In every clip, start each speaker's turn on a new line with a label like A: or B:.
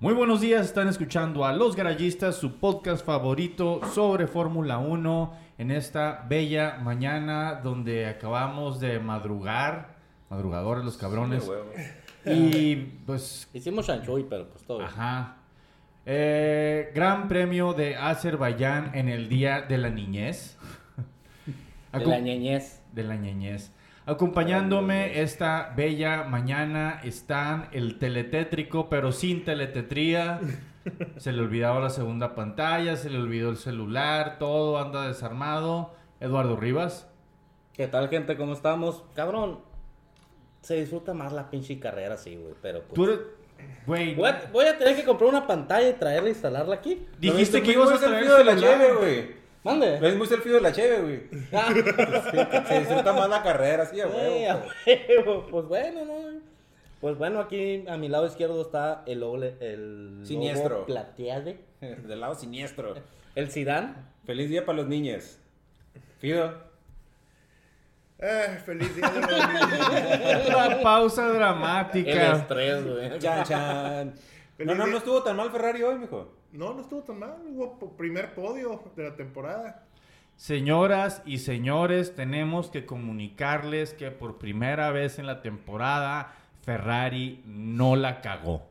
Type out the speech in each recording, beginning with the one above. A: Muy buenos días, están escuchando a Los Garallistas, su podcast favorito sobre Fórmula 1 en esta bella mañana donde acabamos de madrugar, madrugadores los cabrones. y pues,
B: Hicimos chanchuy, pero pues todo.
A: ajá. Eh, gran premio de Azerbaiyán en el Día de la Niñez. Ah,
B: De la ñeñez.
A: de la ñeñez. Acompañándome esta bella mañana están el teletétrico, pero sin teletetría. Se le olvidaba la segunda pantalla, se le olvidó el celular, todo anda desarmado. Eduardo Rivas.
B: ¿Qué tal, gente? ¿Cómo estamos? Cabrón, se disfruta más la pinche carrera, sí, güey, pero pues...
A: Tú eres. Güey.
B: Voy a, voy a tener que comprar una pantalla y traerla e instalarla aquí.
A: Dijiste que
C: Muy
A: ibas a
C: cerfido
A: traer
C: de la
A: celular.
C: cheve, güey.
B: Mande.
C: Es muy selfie de la cheve, güey.
B: Ah,
C: Se, se disfruta más la carrera, sí, a
B: güey, a
C: huevo.
B: huevo. pues bueno, ¿no? Pues bueno, aquí a mi lado izquierdo está el doble, el lobo
C: Siniestro.
B: plateado,
C: Del lado siniestro.
B: el Sidán.
C: Feliz día para los niños. Fido.
D: Eh, feliz día de los niños.
A: La pausa
B: El
A: dramática.
B: estrés, güey.
C: Chan, chan. No,
D: Feliz
C: no,
D: día.
C: no estuvo tan mal Ferrari hoy, mijo.
D: No, no estuvo tan mal. Hubo po- primer podio de la temporada.
A: Señoras y señores, tenemos que comunicarles que por primera vez en la temporada Ferrari no la cagó.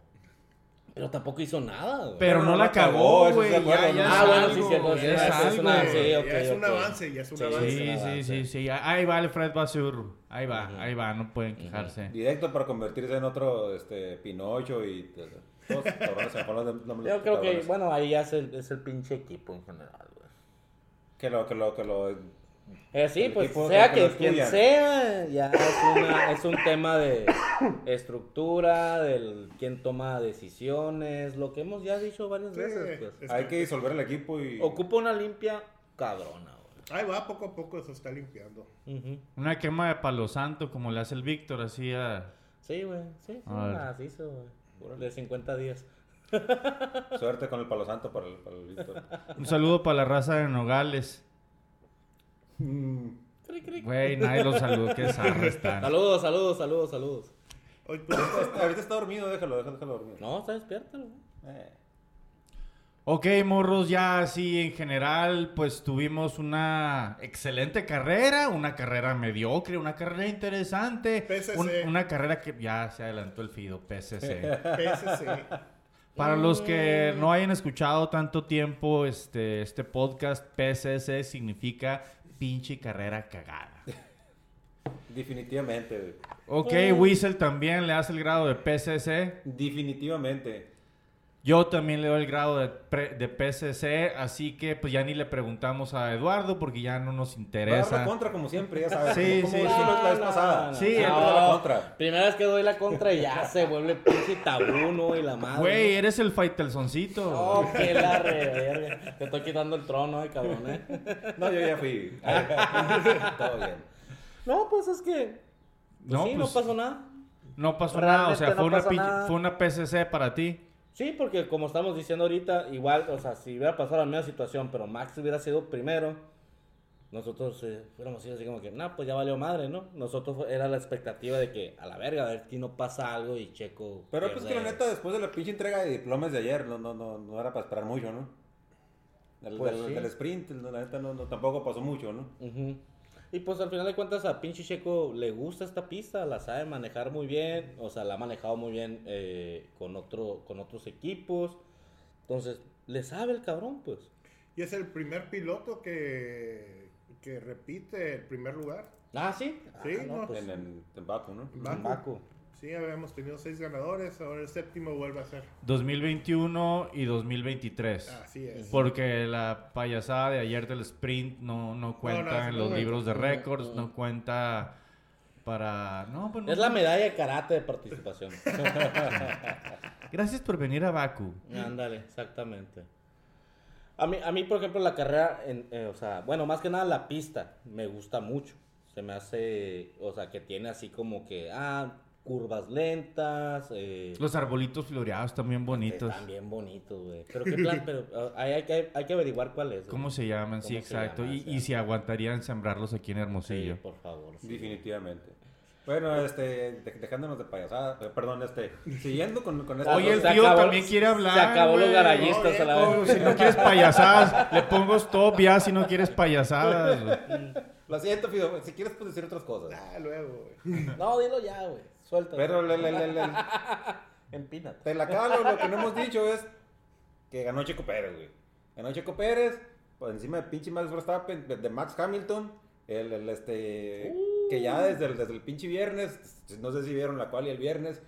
B: Pero tampoco hizo nada, güey.
A: Pero no, la cagó,
C: eso
A: güey.
C: sí de acuerdo,
A: ya-
C: ¿no?
A: ya
B: Ah,
A: es
B: bueno,
A: algo,
B: sí, cierto,
A: ya
B: es
A: es
B: eso, es
A: algo.
B: una- sí, ok,
D: ya es un
B: ok.
D: avance, ya es un
B: Sí,
D: avance.
A: Sí, sí, sí, sí. Ahí va el Fred Basur. Ahí va, ahí va. No pueden quejarse.
C: Directo para convertirse en otro este, Pinocho y. Todos cabrones, se me fueron los nombres de
B: Yo
C: los
B: creo que,
C: cabrones.
B: bueno, ahí ya es el, es el pinche equipo en general, güey.
C: Que lo, que lo, que lo.
B: Eh, sí,
C: El
B: pues
C: equipo
B: sea
C: que- que
B: que,
C: lo
B: quien
C: estudian.
B: sea, ya es, una- es un tema de estructura, del quién toma decisiones, lo que hemos ya dicho varias
D: Sí,
B: veces. pues.
D: es
C: Hay
D: que-
C: que disolver el equipo y.
B: Ocupa una limpia cabrona, güey.
D: Ahí va, poco a poco se está limpiando.
B: Ujú.
A: Una quema de palo santo como le hace el Víctor, así ah. a...
B: Sí, güey, sí, sí,
A: A ver.
B: macizo, güey. De 50 días.
C: Suerte con el palo santo para el, para el Víctor.
A: Un saludo para la raza de Nogales.
B: Cri, cri.
A: Güey, nadie los saluda. Qué zarra están.
B: Saludos, saludos, saludos, saludos.
D: Hoy pues,
C: Ahorita está dormido, déjalo, déjalo, déjalo dormir.
B: No, está despierto, güey.
C: Eh.
A: Ok, morros, ya así en general, pues tuvimos una excelente carrera, una carrera mediocre, una carrera interesante.
D: PSC.
A: un- una carrera que ya se adelantó el Fido, PSC.
D: este PSC.
A: Para los que no hayan escuchado tanto tiempo este, este podcast, PSS significa pinche carrera cagada.
C: Definitivamente, güey.
A: Ok,
B: Eh.
A: Weasel también le hace el grado de PSS.
C: Definitivamente.
A: Yo también le doy el grado de, pre- de PSS, así que pues ya ni le preguntamos a Eduardo porque ya no nos
C: Dar
A: interesa.
C: la contra como siempre, ya sabes.
A: Sí,
C: como
A: sí,
C: lo
A: sí.
C: hicimos la vez pasada.
A: Sí,
C: Siempre
A: el-
C: dar la contra.
B: Primera vez que doy la contra y ya se vuelve pinche tabú, ¿no? Y la madre.
A: Güey, eres el Faitelsoncito.
B: Ah, Oh, qué la reverga. Te estoy quitando el trono, eh, cabrón, eh.
C: No, yo ya fui. Todo bien.
B: No, pues es que. pues
A: No,
B: sí,
A: pues-
B: no pasó nada.
A: No pasó nada, o sea,
B: Realmente
A: fue,
B: no
A: una
B: pasó
A: pinche-
B: nada.
A: fue una PSC para ti.
B: Sí, porque como estamos diciendo ahorita, igual, o sea, si hubiera pasado la misma situación, pero Max hubiera sido primero, nosotros eh, hubiéramos sido así como que, nah, pues ya valió madre, ¿no? Nosotros fue- era la expectativa de que, a la verga, a ver si no pasa algo y Checo.
C: Pero pues que la
B: pierde.
C: neta, después de la pinche entrega de diplomas de ayer, no, no, no, no era para esperar mucho, ¿no? Del,
B: Pues,
C: del-
B: sí.
C: del sprint, no, la neta no, no, tampoco pasó mucho, ¿no?
B: Ujú. Y pues al final de cuentas a pinche Checo le gusta esta pista, la sabe manejar muy bien, o sea, la ha manejado muy bien eh, con, otro, con otros equipos. Entonces, le sabe el cabrón, pues.
D: Y es el primer piloto que, que repite el primer lugar.
B: Ah, sí.
D: Sí,
B: Ah,
D: no,
B: pues,
C: En, en, en Baku, ¿no?
B: en Baku.
D: Sí, habíamos tenido seis ganadores, ahora el séptimo vuelve a ser.
A: 2021 y 2023.
D: Así es.
A: Porque la payasada de ayer del sprint no, no cuenta
D: no,
A: en
D: no
A: los
D: cuenta.
A: libros de récords,
B: no.
A: no cuenta para... No, pues no.
B: Es la medalla de karate de participación.
A: Gracias por venir a Baku.
B: Ándale, exactamente. A mí, a mí, por ejemplo, la carrera, en- eh, o sea, bueno, más que nada la pista, me gusta mucho. Se me hace, o sea, que tiene así como que, ah, curvas lentas. Eh,
A: Los arbolitos floreados también bonitos.
B: Están bien bonitos, güey. Pero qué plan, pero ah, ahí hay, que, hay que averiguar cuál es. güey.
A: ¿Cómo se llaman? Sí,
B: ¿Cómo se
A: exacto.
B: llama?
A: y,
B: O sea,
A: y si aguantarían sembrarlos aquí en
B: Sí,
A: Hermosillo.
B: por favor. sí.
C: Definitivamente. Bueno, este, de- dejándonos de payasada, eh, perdón, este, siguiendo con, con esta-
A: Oye, el
B: Se
A: tío
B: acabó-
A: también quiere hablar.
B: se acabó los
A: güey.
B: garayistas.
D: No, viejo,
B: a la verga.
A: Oh, Si no quieres payasadas, le pongo stop ya si no quieres payasadas. güey.
C: Lo siento, Fido, si quieres puedes decir otras cosas.
D: Ah, luego, güey.
B: No, dilo ya, güey. Suéltalo.
C: Pero le- le- le- le-
B: Empínate.
C: te la calo, lo que no hemos dicho es que ganó Checo Pérez, güey. Ganó Checo Pérez, por encima de pinche Max Verstappen, de de Max Hamilton, el, el, este, que ya desde el, desde el pinche viernes, no sé si vieron la cual y el viernes,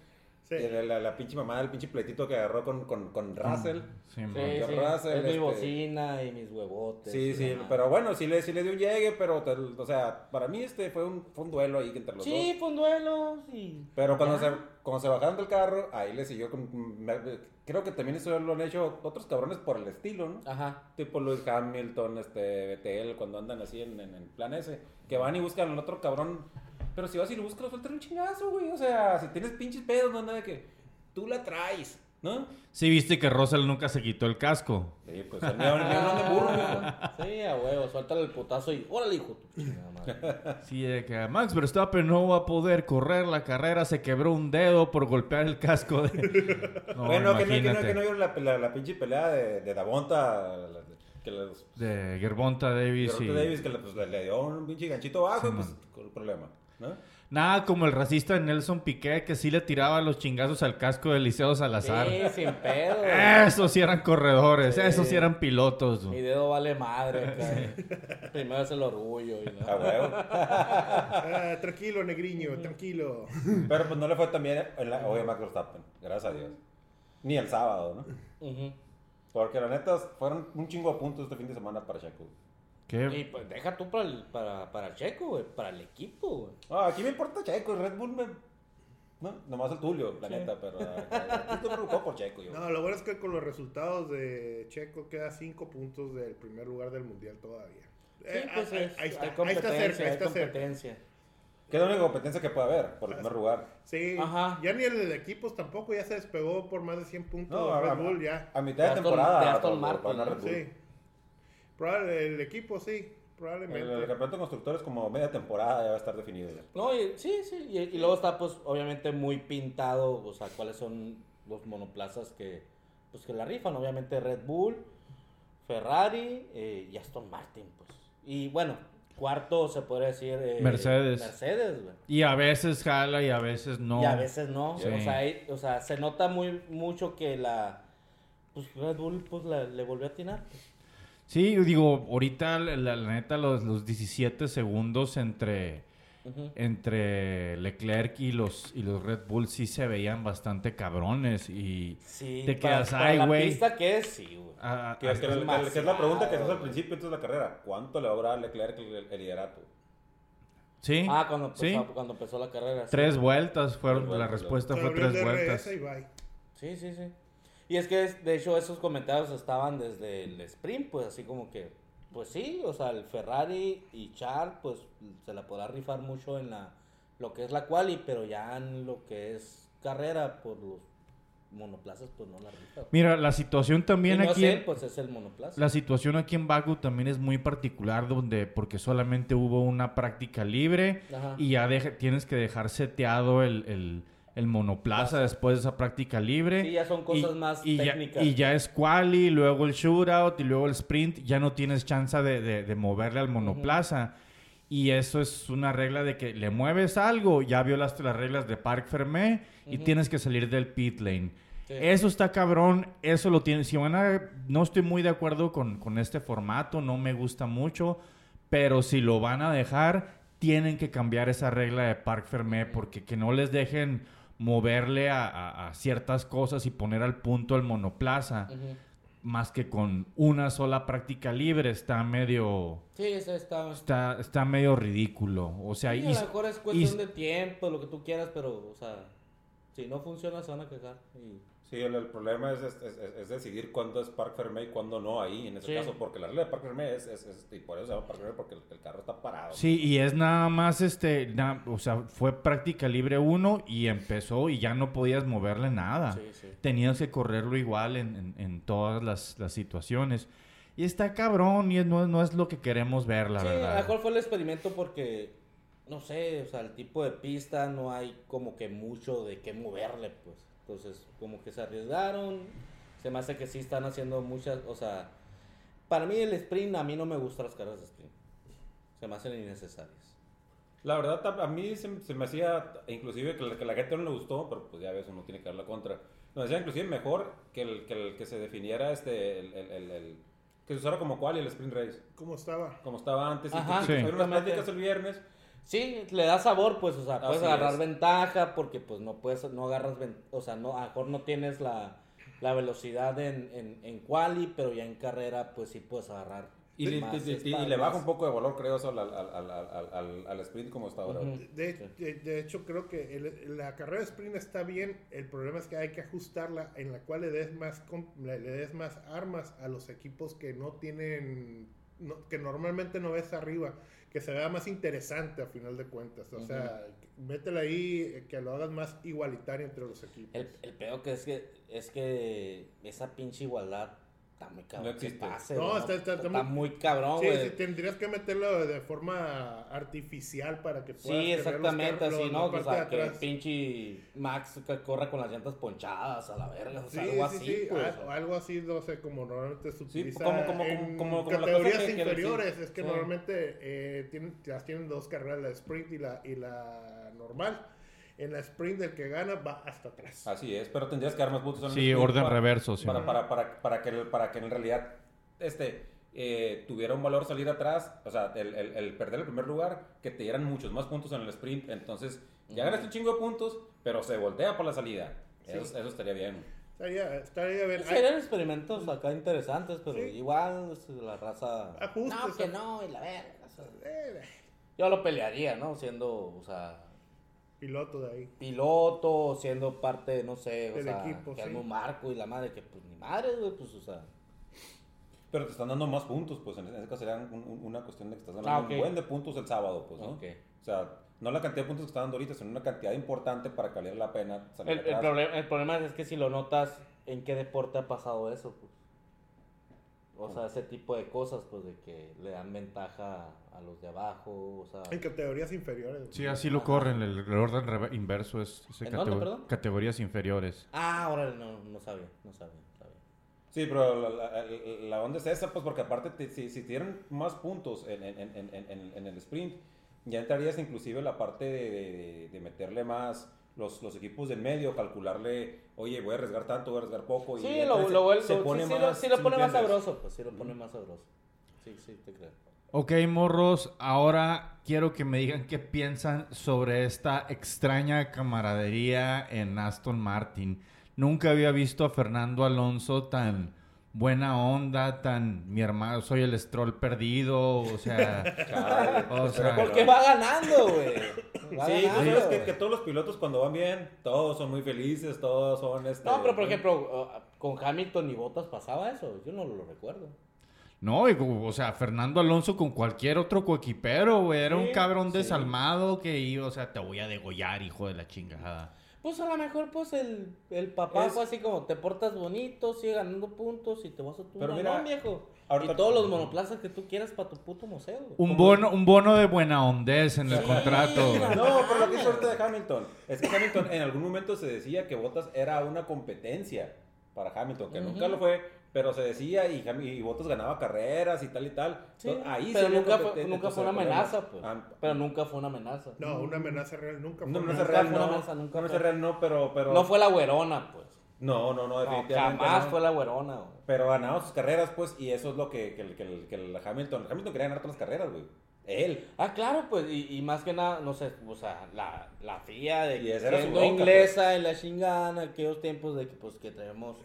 D: Sí.
C: y la, la- la pinche mamada, el pinche pleitito que agarró con, con, con Russell.
A: Sí,
B: Sí,
A: man.
B: sí.
C: Russell,
B: es mi
C: este-
B: bocina y mis huevotes.
C: Sí,
B: y
C: sí,
B: la madre.
C: pero bueno, sí le, sí le dio un llegue, pero, tal- o sea, para mí este fue un, fue un duelo ahí entre los dos.
B: Sí, fue un duelo. Sí.
C: Pero cuando se, cuando se bajaron del carro, ahí le siguió con... me- Creo que también eso lo han hecho otros cabrones por el estilo, ¿no?
B: Ajá.
C: Tipo Luis Hamilton, este, Betel, cuando andan así en, en, en plan ese, que van y buscan al otro cabrón. Pero si vas y lo buscas, sueltan un chingazo, güey. O sea, si tienes pinches pedos, no anda de que tú la traes, ¿no?
A: Sí, viste que Russell nunca se quitó el casco.
C: Sí, pues el mío, el mío no anda burro, güey.
B: Ah, Sí, a huevo. Suéltale el putazo y órale, hijo. de tu chingada madre.
A: Sí, de que Max Verstappen no va a poder correr la carrera, se quebró un dedo por golpear el casco de... No,
C: bueno, que no, que no,
A: imagínate.
C: que no vieron la, la, la pinche pelea de, de Davonta, la- la- que los...
A: De Gervonta Davis
C: Roberto
A: y-
C: Davis que le, pues, le- le dio un pinche ganchito bajo y
A: Sí,
C: pues
A: man.
C: con el problema, ¿no?
A: Nada como el racista Nelson Piquet que sí le tiraba los chingazos al casco de Liceo Salazar.
B: Sí, sin pedo.
A: Esos sí eran corredores,
B: Sí.
A: esos sí eran pilotos.
B: Mi
A: güey.
B: dedo vale madre, cara. Primero es el orgullo. Y la-
C: A huevo.
D: Ah, tranquilo, negriño, tranquilo.
C: Pero pues no le fue tan bien en la, hoy a Max Verstappen, gracias a Dios. Ni el sábado, ¿no?
B: Ujú.
C: Porque la neta fueron un chingo de puntos este fin de semana para Shaku.
A: Qué-
B: Y pues deja tú para, el- para, para Checo, güey. Para el equipo, güey.
C: Ah, aquí me importa Checo, el Red Bull me... No, nomás el Tulio, la neta, pero... ah, Tú te preocupó por Checo, yo.
D: No, lo bueno es que con los resultados de Checo queda 5 puntos del primer lugar del mundial todavía. Eh,
B: Sí, pues es-
D: ahí- ahí está,
B: hay
D: ahí está cerca,
B: competencia,
D: ahí
B: hay
D: está cerca.
B: competencia.
C: Que es la única competencia que puede haber, por el primer lugar.
D: Sí,
B: Ajá.
D: ya ni el de equipos tampoco, ya se despegó por más de 100 puntos
C: No, a,
D: Red
C: a-
D: Bull, ya.
C: a mitad de
B: Aston-
C: temporada.
B: de
C: por-
B: Aston
C: por- por
B: Martin,
C: ganar
B: ¿no?
C: Red Bull.
D: Sí. Probable, el equipo sí,
C: El,
D: probablemente.
C: el campeonato de constructores como media temporada ya va a estar definido. ya.
B: No, y- sí, sí. Y, y luego está, pues, obviamente muy pintado, o sea, cuáles son los monoplazas que, pues, que la rifan. Obviamente Red Bull, Ferrari eh, y Aston Martin, pues. Y bueno, cuarto se podría decir... eh,
A: Mercedes.
B: Mercedes, güey.
A: Y a veces jala y a veces no.
B: Y a veces no.
A: Sí.
B: O, sea, hay- o sea, se nota muy mucho que la... Pues Red Bull pues, la- le volvió a atinar. pues.
A: Sí, digo, ahorita la, la- la neta los, los 17 segundos entre,
B: Ujú.
A: entre Leclerc y los, y los Red Bull sí se veían bastante cabrones y...
B: Sí,
A: Te
B: para-
A: quedas,
B: para
A: "Ay,
B: la
A: güey".
B: pista que es, sí, güey.
A: ah,
C: Que,
A: ah,
C: que- que- que es la
B: demasiado,
C: pregunta que se hace al
B: güey.
C: principio entonces de la carrera. ¿Cuánto le va a durar a Leclerc el, el liderato?
A: sí,
B: Ah, cuando empezó,
A: sí.
B: cuando empezó la carrera. sí.
A: Tres vueltas
C: Tres
A: fueron, la
C: vueltas,
A: respuesta
D: Se
A: fue
D: abrió el
A: tres vueltas.
D: DRS y bye.
B: Sí, sí, sí. Y es que, es- de hecho, esos comentarios estaban desde el sprint, pues así como que, pues sí, o sea, el Ferrari y Char, pues se la podrá rifar mucho en la lo que es la quali, pero ya en lo que es carrera por los monoplazas, pues no la rifa.
A: Mira, la situación también
B: Y no
A: aquí...
B: es
A: en-
B: él, pues es el monoplaza.
A: La situación aquí en Baku también es muy particular, donde porque solamente hubo una práctica libre
B: Ajá.
A: y ya deja- tienes que dejar seteado el, el- el monoplaza después de esa práctica libre.
B: Sí, ya son cosas más
A: y ya-
B: técnicas.
A: y ya es quali, luego el shootout y luego el sprint. Ya no tienes chance de, de- de moverle al monoplaza. Y eso es una regla de que le mueves algo, ya violaste las reglas de Parc Fermé y tienes que salir del pit lane.
B: Sí.
A: Eso está cabrón, eso lo tiene. Si van a, no estoy muy de acuerdo con, con este formato, no me gusta mucho, pero si lo van a dejar, tienen que cambiar esa regla de Parc Fermé porque que no les dejen moverle a, a- a ciertas cosas y poner al punto el monoplaza,
B: Ujú.
A: más que con una sola práctica libre, está medio
B: Sí, eso está...
A: está, está medio ridículo. O sea,
B: Sí,
A: y-
B: a lo mejor es cuestión
A: y-
B: de tiempo, lo que tú quieras, pero, o sea, si no funciona se van a quejar. Y...
C: Sí, el, el problema es, es, es- es decidir cuándo es Park Fermé y cuándo no ahí, en ese
B: Sí.
C: caso, porque la regla de Park Fermé es, es- es- y por eso se llama Park Fermé, porque el, el carro está parado.
A: sí, y es nada más este, na- o sea, fue práctica libre uno y empezó y ya no podías moverle nada.
B: Sí, sí.
A: Tenías que correrlo igual en, en- en todas las, las situaciones. Y está cabrón y es- no, no es lo que queremos ver, la
B: sí, a
A: verdad.
B: lo mejor fue el experimento porque no sé, o sea, el tipo de pista no hay como que mucho de qué moverle, pues. Entonces, como que se arriesgaron. Se me hace que sí están haciendo muchas, o sea, para mí el sprint, a mí no me gustan las carreras de sprint. Se me hacen innecesarias.
C: La verdad, tam- a mí se, se me hacía, inclusive, que la, que la gente no le gustó, pero pues ya ves, uno tiene que dar la contra. Nos decía inclusive mejor que el que, el, que se definiera este, el, el- el- el- que se usara como cual y el sprint race,
D: ¿Cómo estaba?
C: como estaba antes. y
B: Ajá,
C: que- que
A: Sí.
C: fueron unas
B: exactamente.
C: pláticas el viernes.
B: Sí, le da sabor, pues, o sea, puedes
C: Así
B: agarrar
C: es.
B: ventaja porque, pues, no puedes, no agarras, ven- o sea, no, a lo mejor no tienes la, la velocidad en, en, en quali, pero ya en carrera, pues, sí puedes agarrar.
C: Y, le-
B: más
C: y- y- y
B: espacios.
C: le baja un poco de valor, creo, eso al, al, al- al- al- al sprint como está ahora.
B: Ujú.
D: De, de- de hecho, creo que el- la carrera de sprint está bien. El problema es que hay que ajustarla en la cual le des más, com- le le des más armas a los equipos que no tienen, no- que normalmente no ves arriba, que se vea más interesante a final de cuentas. O sea, métela ahí, eh, que lo hagas más igualitario entre los equipos.
B: El, el peor que es que es que esa pinche igualdad está muy cabrón.
C: No existe.
B: que pase,
D: No,
B: güey.
D: está- está- está muy-
B: muy cabrón,
D: Sí,
B: güey.
D: sí, tendrías que meterlo de forma artificial para que
B: Sí,
D: puedas. tener los
B: exactamente,
D: carros
B: así,
D: en
B: ¿no?
D: la
B: O
D: parte
B: sea,
D: de
B: que el
D: atrás.
B: pinche Max que corra con las llantas ponchadas a la verga, o sea,
D: Sí,
B: algo
D: sí,
B: así,
D: sí,
B: pues.
D: a- algo así, no sé, como normalmente se
C: Sí,
D: utiliza
C: como- como-
D: en
C: como- como la cosa
D: categorías
C: que- que-
D: inferiores,
C: sí,
D: es que
C: sí.
D: normalmente eh, tienen, las tienen dos carreras, la sprint y la, y la normal. En la sprint el que gana va hasta atrás.
C: Así es, pero tendrías que dar más puntos en el
A: Sí,
C: sprint
A: orden reverso, sí.
C: Para, para, para, para, que, el- para que en realidad este, eh, tuviera un valor salir atrás, o sea, el, el- el perder el primer lugar, que te dieran muchos más puntos en el sprint. Entonces, ya ganaste un chingo de puntos, pero se voltea para la salida. Eso, eso estaría bien.
D: Estaría, estaría bien. Hay
B: Serían experimentos acá interesantes, pero
D: Sí.
B: igual o sea, la raza.
D: Ajustes,
B: no, que
D: a-
B: no, y la verga. o sea,
D: eh,
B: yo lo pelearía, ¿no? Siendo, o sea,
D: piloto de ahí.
B: piloto, o siendo parte, no sé, o
D: Del
B: sea,
D: equipo,
B: que
D: sí.
B: algún marco y la madre, que pues ni madre, güey, pues, o sea.
C: Pero te están dando más puntos, pues en ese caso sería un- un- una cuestión de que estás ganando
B: Ah, ok.
C: un buen de puntos el sábado, pues, ¿no?
B: Ok.
C: O sea, no la cantidad de puntos que está dando ahorita, sino una cantidad importante para que valiera la pena salir
B: El, el
C: atrás.
B: problema, el problema es que si lo notas, ¿en qué deporte ha pasado eso? Pues? O sea, ese tipo de cosas, pues de que le dan ventaja a los de abajo, o sea...
D: En categorías inferiores.
A: Sí, así lo corren, el, el orden reve- inverso es, es
B: ¿En
A: catego-
B: dónde, perdón?
A: categorías inferiores.
B: Ah, ahora no, no sabía, no sabía, no sabía.
C: Sí, pero la, la- la- la onda es esa, pues porque aparte te- si, si tienen más puntos en, en- en- en- en- en el sprint, ya entrarías inclusive la parte de, de- de meterle más los, los equipos del medio, calcularle, oye, voy a arriesgar tanto, voy a arriesgar poco.
B: Sí,
C: ya
B: lo,
C: entonces
B: lo vuelve-
C: se
B: sí,
C: pone
B: sí lo,
C: más,
B: sí lo
C: ¿sí me
B: pone más
C: entiendes?
B: sabroso, pues sí lo pone más sabroso. Sí, sí, te creo.
A: Ok, morros, ahora quiero que me digan qué piensan sobre esta extraña camaradería en Aston Martin. Nunca había visto a Fernando Alonso tan buena onda, tan mi hermano, soy el stroll perdido, o sea,
C: Chale,
A: O sea,
C: pero-
B: Porque va ganando, güey. Va
C: Sí, tú
B: ganando,
C: sabes que,
B: güey.
C: que todos los pilotos cuando van bien, todos son muy felices, todos son este...
B: No, pero por ejemplo, con Hamilton y Bottas pasaba eso, yo no lo recuerdo.
A: no, y, o sea, Fernando Alonso con cualquier otro coequipero, güey, era un
B: Sí,
A: cabrón
B: sí.
A: desalmado que iba, o sea, te voy a degollar, hijo de la chingada.
B: Pues a lo mejor, pues el, el papá
C: Es-
B: fue así como: te portas bonito, sigue ganando puntos y te vas a tu
C: Pero
B: mamón,
C: mira,
B: viejo.
C: ahorita-
B: Y todos los monoplazas que tú quieras para tu puto museo. güey.
A: Un bono, un bono de buena hondez en el
B: Sí.
A: contrato. güey.
C: No, pero lo que hizo ahorita de Hamilton es que Hamilton en algún momento se decía que Bottas era una competencia para Hamilton, que nunca
B: Ujú.
C: lo fue, pero se decía y, Ham- y Bottas ganaba carreras y tal y tal.
B: Sí,
C: Entonces, ahí
B: pero
C: se vio
B: nunca fue,
C: competente,
B: nunca fue una
C: entonces, el
B: amenaza, pues.
C: problema- Ah,
B: pero nunca fue una amenaza.
D: No, una amenaza real nunca fue.
C: una
D: una
C: amenaza
B: nunca
C: real,
B: fue
C: no.
B: una amenaza,
C: Una
B: nunca
C: amenaza
B: fue.
C: real, no, pero. pero
B: No fue la güerona, pues.
C: No, no, no,
B: No,
C: definitivamente.
B: jamás
C: no.
B: fue la güerona, güey.
C: Pero ganaba sus carreras, pues, y eso es lo que, que, el- que el- que el Hamilton. Hamilton quería ganar todas las carreras, güey. Él.
B: Ah, claro, pues, y, y más que nada, no sé, o sea, la, la FIA de
C: Y esa era su
B: siendo
C: bronca, pues.
B: inglesa y la chingana, aquellos tiempos de que, pues, que tenemos,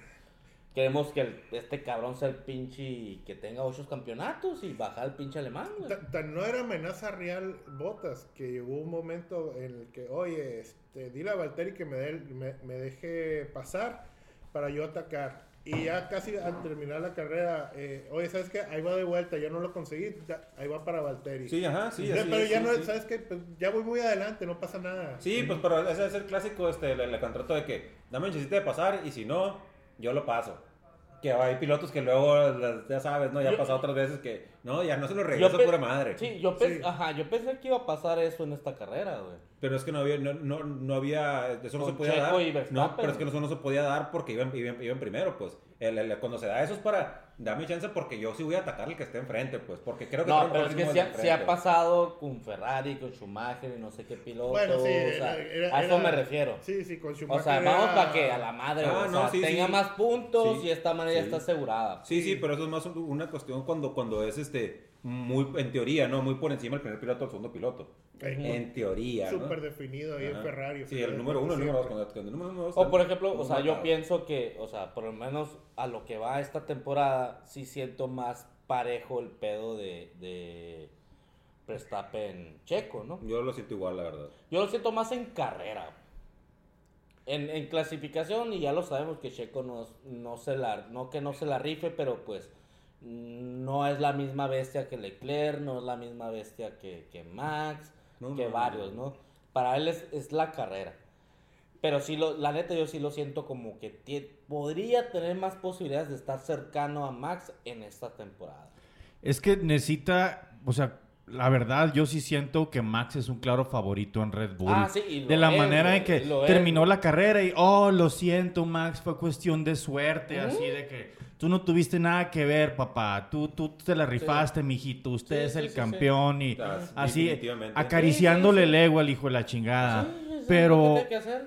B: queremos que el- este cabrón sea el pinche, y que tenga ocho campeonatos y bajar el pinche alemán, güey.
D: Ta- tan no era amenaza real Botas que llegó un momento en el que, oye, este, dile a Valtteri que me, dé el- me, me deje pasar para yo atacar. Y ya casi al terminar la carrera, eh, oye, ¿sabes qué? Ahí va de vuelta, ya no lo conseguí, ya- ahí va para Valtteri.
C: Sí, ajá, sí.
D: Ya,
C: así
D: pero
C: es,
D: ya
C: sí,
D: no,
C: sí.
D: ¿sabes qué? Pues ya voy muy adelante, no pasa nada.
C: Sí, pues pero ese es el clásico, este, el, el contrato de que dame un chancita de pasar y si no, yo lo paso. que hay pilotos que luego, las- ya sabes, ¿no? Ya ha
B: Yo-
C: pasado otras veces que, no, ya no se lo regreso
B: pe-
C: pura madre.
B: Sí, yo pensé,
D: Sí.
B: ajá, yo pensé que iba a pasar eso en esta carrera, güey.
C: Pero es que no había, no, no, no había, eso no
B: Con
C: se podía
B: Checo
C: dar.
B: y Verstappen,
C: no, pero es que
B: güey.
C: eso no se podía dar porque iban, iban, iban primero, pues. El- el- cuando se da eso es para, dame chance porque yo sí voy a atacar al que esté enfrente, pues. Porque creo que...
B: No,
C: tengo
B: pero
C: el
B: es que
C: próximo
B: se
C: de
B: ha, se ha
C: enfrente.
B: pasado con Ferrari, con Schumacher y no sé qué piloto.
D: Bueno, sí,
B: o
D: era-
B: sea,
D: era-
B: a eso
D: era-
B: me refiero.
D: Sí, sí, con
B: o
D: Schumacher.
B: sea, vamos
D: era-
B: para que a la madre,
C: Ah,
B: o
C: no,
B: sea,
C: sí,
B: tenga
C: sí.
B: más puntos
C: Sí.
B: y esta manera ya
C: Sí.
B: está asegurada.
C: Sí, sí, pero eso es más un- una cuestión cuando, cuando es este muy en teoría, ¿no? Muy por encima el primer piloto al segundo piloto.
D: Eh,
C: En teoría. ¿no?
D: Súper definido ahí en
C: Ajá.
D: Ferrari.
C: Sí,
D: Ferrari
C: el número uno, el número dos.
D: siempre.
C: cuando- cuando el número uno, dos,
B: O por
C: están
B: ejemplo, o
C: muy
B: sea, yo
C: marcados.
B: pienso que, o sea, por lo menos a lo que va esta temporada, sí siento más parejo el pedo de, de Verstappen Checo, ¿no?
C: Yo lo siento igual, la verdad.
B: Yo lo siento más en carrera. En, en clasificación, y ya lo sabemos que Checo no, es- no se la, no que no se la rife, pero pues mm, no es la misma bestia que Leclerc, no es la misma bestia que, que Max,
C: No,
B: que
C: no, no.
B: varios, ¿no? Para él es, es la carrera. Pero sí, lo, la neta, yo sí lo siento como que tie- podría tener más posibilidades de estar cercano a Max en esta temporada.
A: Es que necesita, o sea, la verdad, yo sí siento que Max es un claro favorito en Red Bull.
B: Ah, sí, y lo
A: de la
B: es,
A: manera
B: güey,
A: en que
B: lo es.
A: terminó la carrera y, oh, lo siento, Max, fue cuestión de suerte, así de que tú no tuviste nada que ver, papá. Tú, tú te la rifaste, mijito. Usted
B: Sí,
A: es
B: sí,
A: el
B: sí, sí.
A: campeón y
C: Ah, sí,
A: así,
C: definitivamente.
A: acariciándole
B: Sí, sí,
A: el ego al hijo de la chingada.
B: Sí, es lo
A: Pero...
B: que tiene que hacer.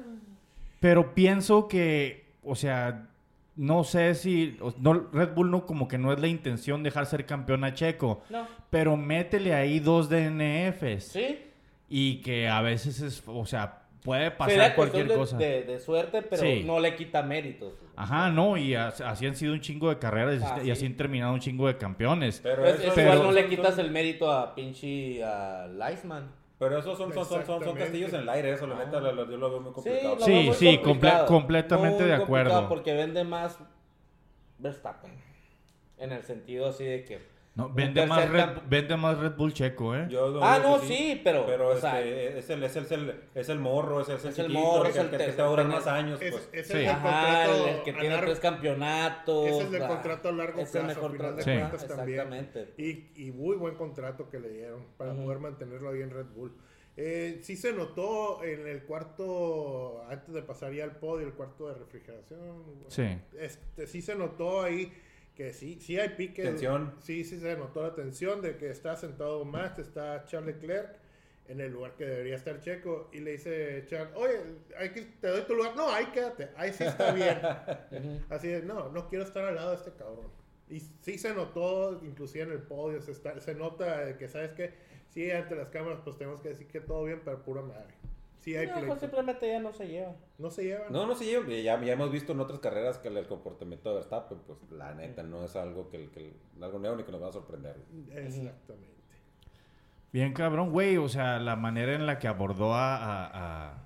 A: Pero pienso que, o sea, no sé si. o- No, Red Bull no, como que no es la intención dejar ser campeón a Checo.
B: No.
A: Pero métele ahí dos DNFs.
B: Sí,
A: Y que a veces es, o sea, puede pasar
B: Sería
A: cualquier
B: cuestión de,
A: cosa.
B: De, de suerte, pero
A: Sí. Ah.
B: no le quita méritos.
A: Ajá, no, y as- así han sido un chingo de carreras y
B: Ah,
A: así- y
B: sí.
A: así han terminado un chingo de campeones.
C: Pero
B: Es,
C: eso-
B: es
A: pero-
B: igual no le quitas el mérito a pinche a Leisman.
C: Pero esos son, son, son, son, son
D: Exactamente. Ah.
C: castillos en el aire, eso la neta lo- lo- yo lo veo muy complicado.
B: lo
A: Sí,
B: veo muy
A: sí,
B: complicado.
A: comple- completamente
B: Muy
A: de
B: complicado
A: acuerdo.
B: Porque vende más Verstappen. En el sentido así de que.
A: No,
B: un
A: vende, más
B: tercer
A: Red,
B: cam-
A: vende más Red Bull Checo, ¿eh?
C: Yo lo
B: Ah,
C: veo
B: no,
C: que
B: sí, pero,
C: Pero
B: o sea-
C: este, es, el, es, el, es, el, es el morro, es el, es el
B: Es el
C: chiquito,
B: morro, es
C: que-
B: el
C: que, que
B: tercer-
C: te va a durar más años.
D: Es,
C: pues.
D: es
A: Sí.
D: el del
B: Ajá,
D: contrato
B: el que
D: a
B: tiene
D: largo-
B: tres campeonatos.
D: Ese es del
B: ah,
D: contrato a largo
B: es el
D: plazo,
B: mejor
D: al final de
A: Sí.
B: contrato,
D: cuentas también.
B: Exactamente.
D: Y, y muy buen contrato que le dieron para
B: Ujú.
D: poder mantenerlo ahí en Red Bull. Eh, sí se notó en el cuarto, antes de pasar ya al podio, el cuarto de refrigeración.
A: Sí.
D: Este, sí se notó ahí que sí, sí hay pique.
C: Tensión.
D: Sí, sí se notó la tensión de que está sentado Max, está Charles Leclerc en el lugar que debería estar Checo y le dice Charles, oye, hay que, te doy tu lugar. No, ahí quédate, ahí sí está bien.
B: Ujú.
D: Así de, no, no quiero estar al lado de este cabrón. Y sí se notó, inclusive en el podio, se, está- se nota de que, ¿sabes qué? Sí, ante las cámaras, pues tenemos que decir que todo bien, pero pura madre. Sí hay
B: No, pues,
D: pleito.
B: simplemente ya no se lleva.
D: No se llevan.
C: No, no sé, ya, ya hemos visto en otras carreras que el, el comportamiento de Verstappen, pues la neta, no es algo que, que algo nuevo ni que nos va a sorprender.
D: Exactamente.
A: Bien cabrón, güey, o sea, la manera en la que abordó a... a- a-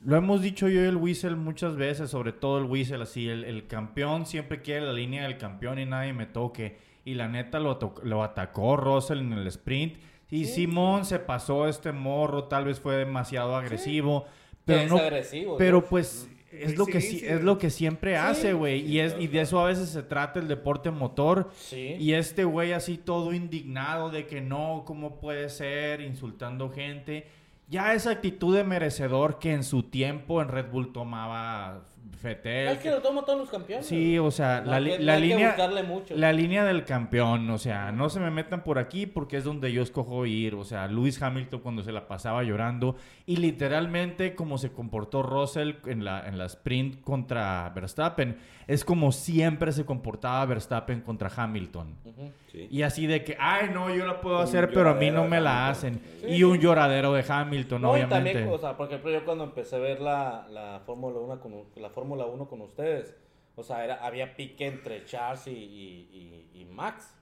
A: Lo hemos dicho yo y el Whistle muchas veces, sobre todo el Whistle, así, el, el campeón siempre quiere la línea del campeón y nadie me toque. Y la neta lo, ato- lo atacó Russell en el sprint. Y Simón se pasó este morro, tal vez fue demasiado agresivo, pero
B: es
A: no...
B: agresivo.
A: Pero
B: ¿no?
A: pues es lo que sí,
D: Coincidencia.
A: es lo que siempre hace, güey, y es y de eso a veces se trata el deporte motor.
B: Sí.
A: Y este güey así todo indignado de que no, ¿cómo puede ser? Insultando gente. Ya esa actitud de merecedor que en su tiempo en Red Bull tomaba Fetel.
B: Es que lo toman todos los campeones.
A: Sí, o sea,
B: No
A: la,
B: hay
A: li-
B: que- no
A: la
B: hay que
A: línea,
B: buscarle mucho.
A: la línea del campeón, o sea, no se me metan por aquí porque es donde yo escojo ir, o sea, Lewis Hamilton cuando se la pasaba llorando y literalmente como se comportó Russell en la, en la sprint contra Verstappen, es como siempre se comportaba Verstappen contra Hamilton.
B: Ujú.
C: Sí.
A: Y así de que, ay, no, yo la puedo
C: Un
A: hacer, pero a mí
C: lloradero
A: no
C: de
A: me la
C: Hamilton.
A: hacen.
B: Sí,
A: y
B: sí.
A: un lloradero de Hamilton,
B: No, y
A: obviamente.
B: también, o sea, por ejemplo, yo cuando empecé a ver la, la Fórmula 1 con, la Fórmula 1 con ustedes, o sea, era, había pique entre Charles y, y- y- y Max,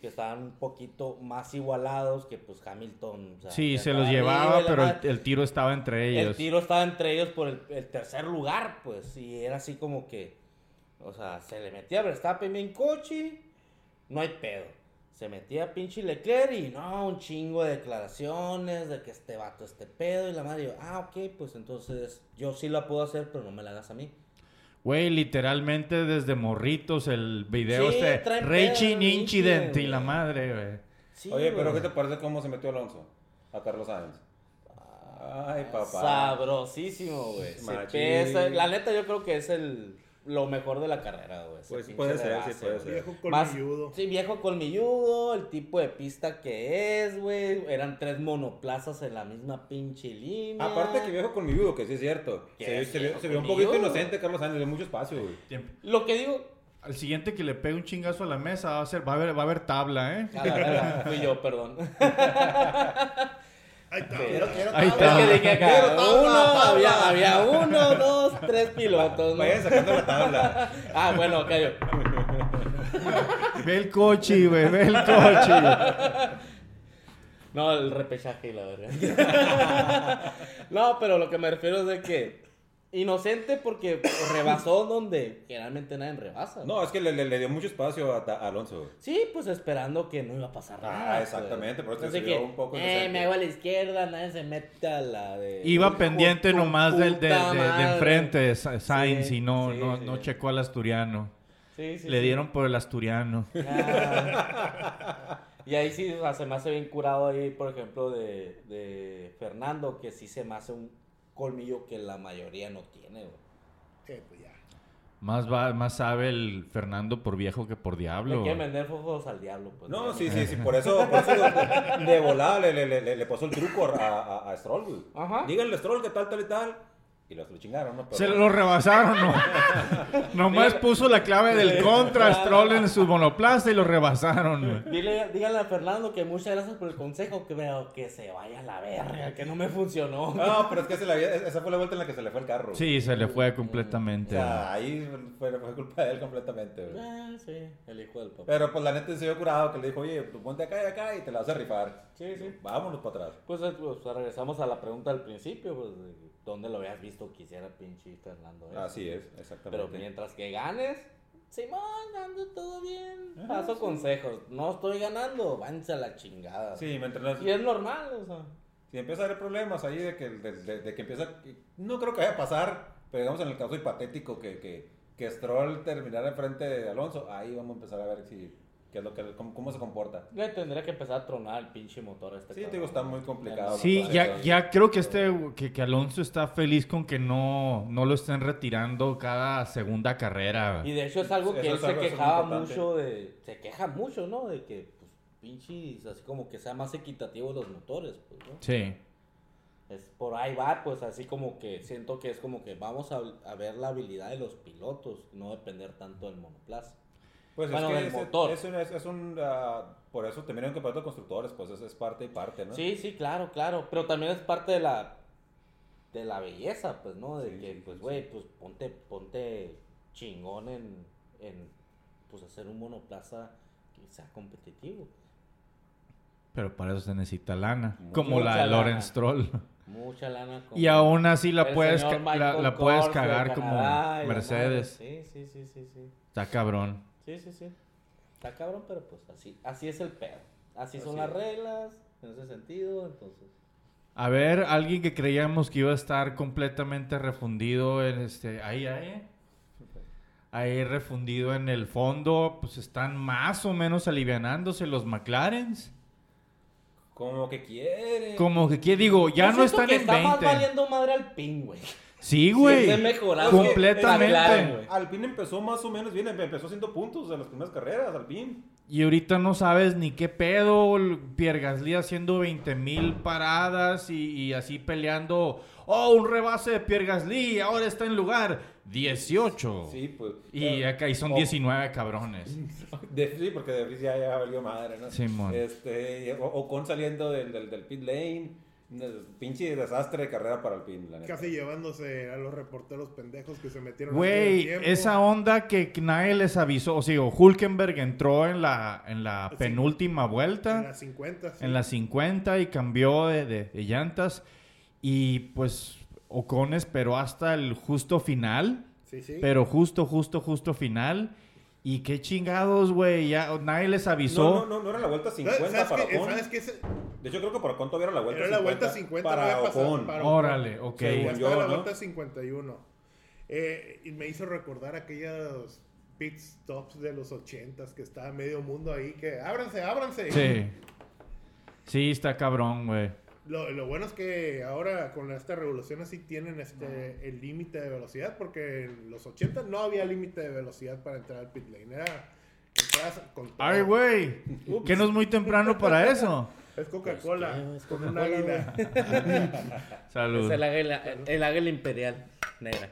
B: que estaban un poquito más igualados que pues Hamilton. o sea,
A: sí,
B: que
A: se los
B: andaba
A: llevaba,
B: arriba y la
A: pero el,
B: madre.
A: el tiro estaba entre ellos.
B: El tiro estaba entre ellos por el, el tercer lugar, pues, y era así como que, o sea, se le metía Verstappen bien coche, no hay pedo. Se metía pinche Leclerc y no, un chingo de declaraciones de que este vato este pedo y la madre, yo, ah, ok, pues entonces yo sí la puedo hacer, pero no me la hagas a mí.
A: Güey, literalmente desde morritos el video
B: Sí,
A: este.
B: traen
A: Racing
B: pedo,
A: Incident
B: güey.
A: y la madre, güey.
B: Sí,
C: Oye, pero ¿qué
B: güey.
C: te parece cómo se metió Alonso a Carlos Sainz? Ay, papá.
B: Sabrosísimo, güey. Se
C: Machín.
B: pesa. La neta, yo creo que es el lo mejor de la carrera, güey. Ese
C: Pues,
B: pinche
C: puede ser,
B: rebase,
C: sí, puede
B: güey.
C: ser.
D: Viejo
B: Más-
D: colmilludo.
B: Sí, viejo colmilludo, el tipo de pista que es, güey. Eran tres monoplazas en la misma pinche línea.
C: Aparte que viejo con mi viudo, que sí es cierto.
B: Que
C: Se,
B: es
C: se vio,
B: viejo
C: se vio un
B: con mi
C: poquito
B: viudo.
C: inocente Carlos Sainz, de mucho espacio, güey.
A: Tiempo.
B: Lo que digo.
A: Al siguiente que le pegue un chingazo a la mesa va a, ser, va a, haber, va a haber tabla, ¿eh?
B: A la verga, fui yo, perdón.
D: Ahí está.
C: Quiero- quiero
A: Ahí
B: Es
A: está.
B: que dije acá,
C: Pero tabla,
B: uno,
C: tabla.
B: había, había uno, dos, tres pilotos, Pues ¿no?
C: Vayan sacando la tabla.
B: Ah, bueno, cayó.
A: Ve el coche, güey, ve el coche.
B: No, el repechaje y la verdad. no, pero lo que me refiero es de que inocente porque rebasó donde generalmente nadie rebasa.
C: No, es que le, le- le dio mucho espacio a, Ta- a Alonso. güey.
B: Sí, pues esperando que no iba a pasar
C: Ah,
B: nada.
C: exactamente, por eso
B: Entonces
C: se
B: que,
C: vio un poco
B: eh,
C: inocente".
B: me hago a la izquierda, nadie se mete a la de...
A: Iba
B: Hijo
A: pendiente
B: de tu
A: nomás del, del-
B: puta
A: de- de
B: madre.
A: enfrente, Sa- Sainz,
B: Sí,
A: y no,
B: sí,
A: no,
B: sí.
A: no checó al asturiano.
B: Sí, sí,
A: le
B: sí.
A: dieron por el asturiano.
B: Ah. Y ahí sí, o sea, se me hace bien curado ahí, por ejemplo, de, de Fernando, que sí se me hace un colmillo que la mayoría no tiene, güey.
D: Eh, pues ya.
A: Más, va, más sabe el Fernando por viejo que por diablo.
B: Hay que vender fósforos al diablo, pues.
C: No,
B: ya,
C: sí,
B: ¿no?
C: sí, sí, por eso, por eso de volada le, le, le- le- le pasó el truco a, a, a Stroll, güey.
B: Ajá.
C: Díganle a Stroll que tal, tal y tal. Y los lo chingaron, ¿no? Pero-
A: Se lo rebasaron, ¿no? Nomás puso la clave del contra Stroll en su monoplaza y lo rebasaron, güey.
B: Dile, dígale a Fernando que muchas gracias por el consejo, que veo que se vaya a la verga, que no me funcionó.
C: No, pero es que se le había- esa fue la vuelta en la que se le fue el carro. güey.
A: Sí, se le fue
C: O
A: completamente.
C: sea, ahí fue, fue culpa de él completamente, güey.
B: Ah, sí, el hijo del papá.
C: Pero pues la neta se vio curado que le dijo, oye, tú ponte acá y acá y te la vas a rifar.
B: Sí, sí.
C: Vámonos para atrás.
B: Pues, eh, pues, regresamos a la pregunta del principio, pues, de ¿dónde lo habías visto quisiera pinche Fernando? eso?
C: Así es, exactamente.
B: Pero mientras que ganes, Simón, ando todo bien. Paso consejos, no estoy ganando, váyanse a la chingada.
C: Sí, mientras no-
B: Y es normal, o sea.
C: Si empieza a haber problemas ahí de que, de, de- de que empieza... No creo que vaya a pasar, pero digamos en el caso hipotético que, que, que Stroll terminara enfrente de Alonso, ahí vamos a empezar a ver si, qué es lo que, cómo, cómo se comporta.
B: Le tendría que empezar a tronar el pinche motor a este
C: Sí, te digo,
B: cabrón.
C: está muy complicado.
A: Sí,
C: me
A: ya,
C: parece.
A: ya creo que este que, que Alonso está feliz con que no, no lo estén retirando cada segunda carrera.
B: Y de hecho es algo
C: Eso
B: que él
C: es
B: se
C: algo- eso es muy
B: quejaba
C: importante.
B: mucho de. Se queja mucho, ¿no? De que, pues, pinches, así como que sea más equitativo los motores, pues, ¿no?
A: Sí.
B: Es por ahí va, pues, así como que siento que es como que vamos a, a ver la habilidad de los pilotos, no depender tanto del monoplaza.
C: Pues
B: Bueno,
C: es que
B: del
C: es,
B: motor.
C: es un... es- es un, ah, por eso terminan en campeonato de constructores, pues es, es parte y parte, ¿no?
B: Sí, sí, claro, claro. Pero también es parte de la. de la belleza, pues, ¿no? De
C: Sí,
B: que,
C: sí,
B: pues,
C: sí,
B: güey, pues ponte, ponte chingón en. en pues hacer un monoplaza que sea competitivo.
A: Pero para eso se necesita lana.
C: Mucha
A: como la
B: lana.
A: de Lawrence Stroll.
B: Mucha lana. como-
A: Y aún así la
B: El
A: puedes,
B: señor
A: ca- la,
B: Michael
A: la puedes
B: Corse de
A: cagar como
B: Canadá y la
A: Mercedes.
B: madre. Sí, sí, sí, sí, sí.
A: Está cabrón.
B: Sí, sí, sí. Está cabrón, pero pues así, así es el pedo. Así,
C: Así
B: son las
C: es.
B: reglas, en ese sentido, entonces.
A: A ver, alguien que creíamos que iba a estar completamente refundido en este. Ahí, ahí. Ahí refundido en el fondo. Pues están más o menos alivianándose los McLarens.
C: Como que quiere.
A: Como que, ¿qué digo? Ya
B: Yo
A: no
B: siento
A: están
B: que
A: en
B: está más
A: 20.
B: valiendo madre al pin, güey.
A: Sí, güey.
B: se ha mejorado.
A: completamente.
B: McLaren, güey.
C: Alpine empezó más o menos bien, empe- empezó haciendo puntos en las primeras carreras, Alpine.
A: Y ahorita no sabes ni qué pedo, el Pierre Gasly haciendo 20 mil paradas y, y así peleando. Oh, un rebase de Pierre Gasly, ahora está en lugar 18.
C: Sí, pues.
A: Y
C: eh,
A: acá y son
C: o-
A: 19 cabrones.
C: de- sí, porque de Vries ya, ya valió madre, ¿no?
A: Simón.
C: Este, o, Ocon saliendo del, del, del pit lane. eh, Pinche desastre de carrera para Alpine, la neta.
D: Casi llevándose a los reporteros pendejos que se metieron.
A: Güey,
D: antes del tiempo.
A: esa onda que nadie les avisó. O sea, Hulkenberg entró en la, en la
D: Sí.
A: penúltima
D: En
A: vuelta,
D: las 50. sí.
A: en las 50, y cambió de, de- de llantas. Y pues Ocon esperó hasta el justo final.
D: Sí, sí.
A: Pero justo, justo, justo final. Y qué chingados, güey. Ya nadie les avisó.
C: No, no, no, no era la vuelta
D: ¿Sabes-
C: 50 para
D: ¿Sabes qué?
C: Ocon.
D: ¿Sabes qué? Se-
C: De hecho, creo que para Ocon todavía era la vuelta
D: Era la vuelta 50 no
C: para
D: había pasado
C: Ocon.
D: para-
A: Órale, ok.
C: Sí,
D: Ya
C: güey.
D: estaba
C: yo,
D: la
C: ¿no?
D: vuelta 51. Eh, y me hizo recordar aquellos pit stops de los ochentas que estaba medio mundo ahí que ábranse, ábranse.
A: Sí. Sí, está cabrón, güey.
D: Lo, lo bueno es que ahora con estas revoluciones sí tienen este el límite de velocidad, porque en los 80 no había límite de velocidad para entrar al pit lane. Era entradas con todo.
A: Ay, güey. Que no es muy temprano para eso.
D: Es
B: Pues, ¿qué?
D: Coca-Cola,
B: Es
D: con un
B: Coca-Cola,
D: águila.
A: Salud.
B: Es el águila, el, el águila imperial negra.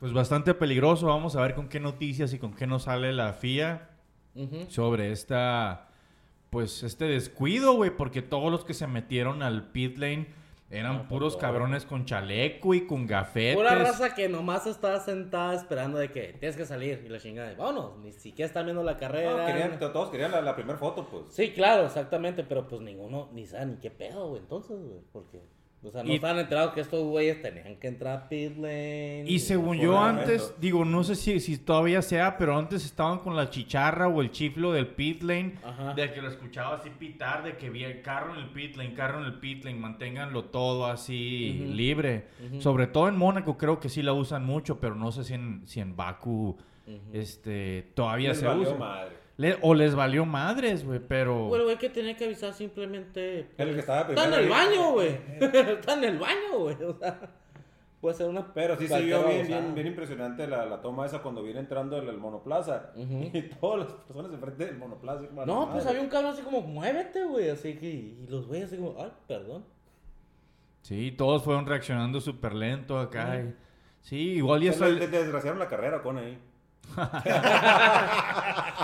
A: Pues bastante peligroso. Vamos a ver con qué noticias y con qué nos sale la FIA
B: Ujú.
A: sobre esta. Pues este descuido, güey. Porque todos los que se metieron al pit lane eran
B: Ah, por
A: puros
B: favor.
A: cabrones con chaleco y con gafetes.
B: Pura raza que nomás está sentada esperando de que tienes que salir y la chingada. de, Vámonos, ni siquiera están viendo la carrera.
C: No, Ah, querían- to- todos querían la, la primera foto, pues.
B: Sí, claro, exactamente, pero pues ninguno ni sabe ni qué pedo, güey, entonces, güey, porque, o sea, no
A: Y-
B: estaban enterados que estos güeyes tenían que entrar a pit lane.
A: Y según
C: Por
A: yo
C: el
A: antes,
C: momento.
A: digo, no sé si, si todavía sea, pero antes estaban con la chicharra o el chiflo del pit lane,
B: Ajá.
A: de que lo escuchaba así pitar, de que vi el carro en el pit lane, carro en el pit lane, manténganlo todo así
B: Ujú.
A: libre.
B: Ujú.
A: Sobre todo en Mónaco creo que sí la usan mucho, pero no sé si en, si en Bakú
B: Ujú.
A: este, todavía
C: Les
A: se
C: valió
A: usa.
C: madre.
A: Le- o les valió madres, güey, pero...
B: Güey, el güey que tenía que avisar simplemente...
C: El que estaba
B: Está en
C: primero
B: el
C: ahí.
B: baño, güey, está en el baño, güey, o sea, puede ser una...
C: Pero sí se
B: cualquier
C: vio bien,
B: babosada.
C: bien, bien impresionante la, la toma esa cuando viene entrando el, el monoplaza.
B: Ujú.
C: Y todas las personas enfrente del monoplaza. como a la
B: No, pues
C: madre.
B: había un cabrón así como, muévete, güey, así que, y los güeyes así como, ay, perdón.
A: Sí, todos fueron reaccionando súper lento acá. y- Sí, igual y
C: Se
A: eso...
C: le- le desgraciaron la carrera con ahí.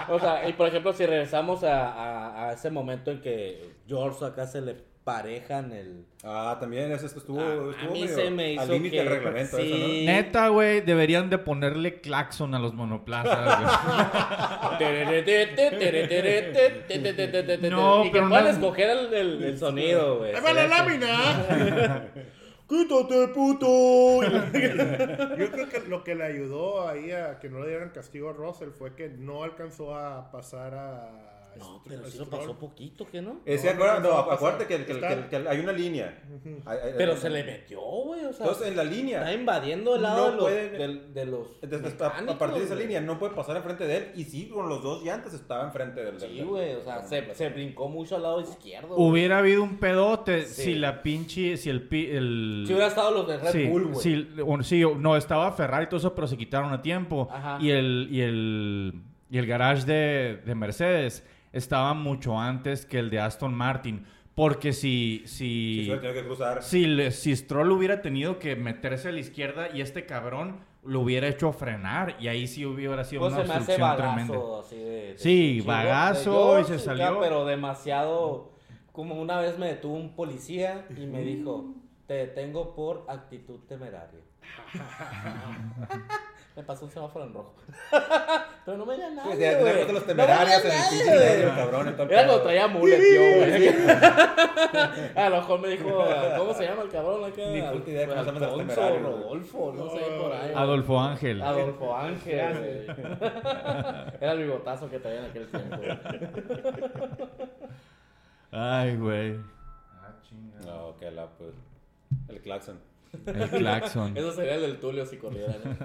B: O sea, y por ejemplo, si regresamos a, a- a ese momento en que George acá se le parejan el...
C: Ah, también eso estuvo,
B: A- a
C: estuvo
B: mí
C: medio
B: se me hizo
C: al límite del
B: que-
C: reglamento.
B: sí.
A: Neta, güey, deberían de ponerle claxon a los monoplazas, güey. No,
B: No, y que
A: pero
B: puedan
A: no-
B: escoger el, el- el sonido, güey.
D: ¡Ahí va la
B: Sería que-
D: lámina!
B: ¡Quítate, puto!
D: Yo creo que lo que le ayudó ahí a que no le dieran castigo a Russell fue que no alcanzó a pasar a.
B: No,
D: Str-
B: pero
D: a
B: sí lo
D: Stroll.
B: pasó poquito, ¿qué no?
C: Es que
D: No,
C: acuérdate, Eh, no,
D: no alcanzó a
C: acuérdate
D: pasar.
C: que, que-
D: Está-
C: que- que hay una línea. Hay- hay-
B: Pero
C: hay-
B: se le metió, güey, o sea,
C: Entonces, en la
B: está
C: línea.
B: invadiendo el
C: no
B: lado de los-
C: puede-
B: del- de los
C: Entonces, a, a partir de esa
B: mecánicos, güey.
C: línea no puede pasar enfrente de él. Y sí, con los dos llantas estaba enfrente del.
B: Sí,
C: del-
B: güey, o sea,
C: del-
B: se, se brincó mucho al lado izquierdo. güey.
A: Hubiera habido un pedote
B: Sí.
A: si la pinche, si el... pi- el...
B: Si hubiera estado los de Red
A: sí,
B: Bull, güey.
A: sí, un- sí, no, estaba Ferrari y todo eso, pero se quitaron a tiempo.
B: Ajá.
A: Y el, y el, y el garage de, de Mercedes estaba mucho antes que el de Aston Martin. Porque si... si...
C: Sí, se hubiera tenido que cruzar.
A: Si, le- si Stroll hubiera tenido que meterse a la izquierda y este cabrón lo hubiera hecho frenar, y ahí sí hubiera sido
B: Pues
A: una
B: se me hace
A: obstrucción
B: bagazo,
A: tremenda.
B: así de... de
A: Sí,
B: chivo,
A: bagazo,
B: de George,
A: y se
B: acá,
A: salió.
B: Pero demasiado... Como una vez me detuvo un policía y me dijo, te detengo por actitud temeraria. me pasó un semáforo en rojo. pero no me veía nadie,
C: Pues, ya, ya
B: güey.
C: creo que los
B: No
C: temerarios
B: me veía
C: en el
B: nadie,
C: pinche
B: güey.
C: medio, cabrón, en todo el
B: Era
C: pedo.
B: cuando traía mulet, yo, güey. A lo mejor me dijo, ¿cómo se llama el cabrón acá?
C: Ni puta idea cómo se llaman los
B: Alfonso,
C: temerarios, güey.
B: Rodolfo, no sé, por ahí.
A: Adolfo Ángel.
B: Adolfo Ángel. güey. Era el bigotazo que traía en aquel tiempo.
A: Ay, güey.
C: No, que la, pues. El claxon.
A: El claxon.
B: Eso sería el del Tulio si corriera, ¿no?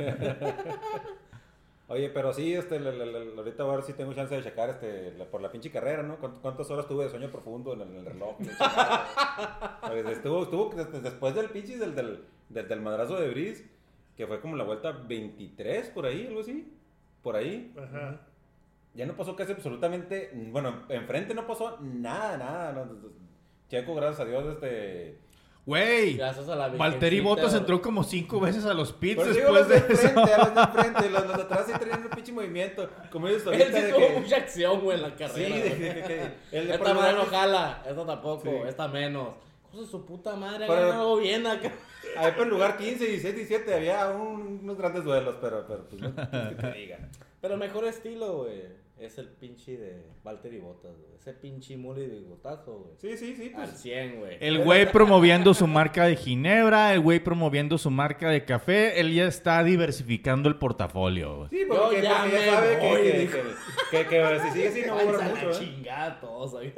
C: Oye, pero sí, este, la- la- la- ahorita voy a ver si tengo chance de checar este, la- por la pinche carrera, ¿no? ¿Cuánt- ¿Cuántas horas tuve de sueño profundo en el, en el reloj? La chingada. Pues, estuvo, estuvo des- después del pinche del, del, del, del madrazo de Briz, que fue como la vuelta 23 por ahí, algo así. Por ahí.
D: Ajá.
C: Ya no pasó casi absolutamente, bueno, enfrente no pasó nada, nada. no. Checo, gracias a Dios, este...
A: Güey.
B: Gracias a la
A: Valtteri
B: virgencita,
A: Bottas
B: güey.
A: entró como cinco veces a los pits
C: Pero digo,
A: después de
C: los de
A: eso.
C: enfrente, los de enfrente, los, los de atrás sí traían un pinche movimiento. Como ellos
B: Él
C: ahorita
B: sí
C: de
B: tuvo
C: que-
B: mucha acción, güey, en la
C: Sí,
B: carrera.
C: de,
B: güey.
C: de- de- que el de por
B: Esta madre no
C: lugares-
B: jala, esta tampoco,
C: Sí.
B: esta menos. Cosa de su puta madre,
C: Pero-
B: hagan algo bien acá.
C: ahí por el lugar 15, 16, 17 había un- unos grandes duelos, pero, pero pues no ¿qué te diga.
B: Pero el mejor estilo, güey, es el pinche de Valtteri Bottas, güey. Ese pinche mole de bigotazo, güey.
C: Sí, sí, sí,
B: Al
C: pues.
B: 100, güey.
A: El güey promoviendo su marca de ginebra, el güey promoviendo su marca de café, él ya está diversificando el portafolio. güey.
C: Sí,
B: Yo
C: porque,
B: ya
C: porque
B: me
C: ya sabe
B: voy,
C: que, que,
B: dijo.
C: que, que- que si sigue así no va a durar ¿eh?".
B: Váyanse a la
C: mucho. ¿eh?
B: chingada todos, güey.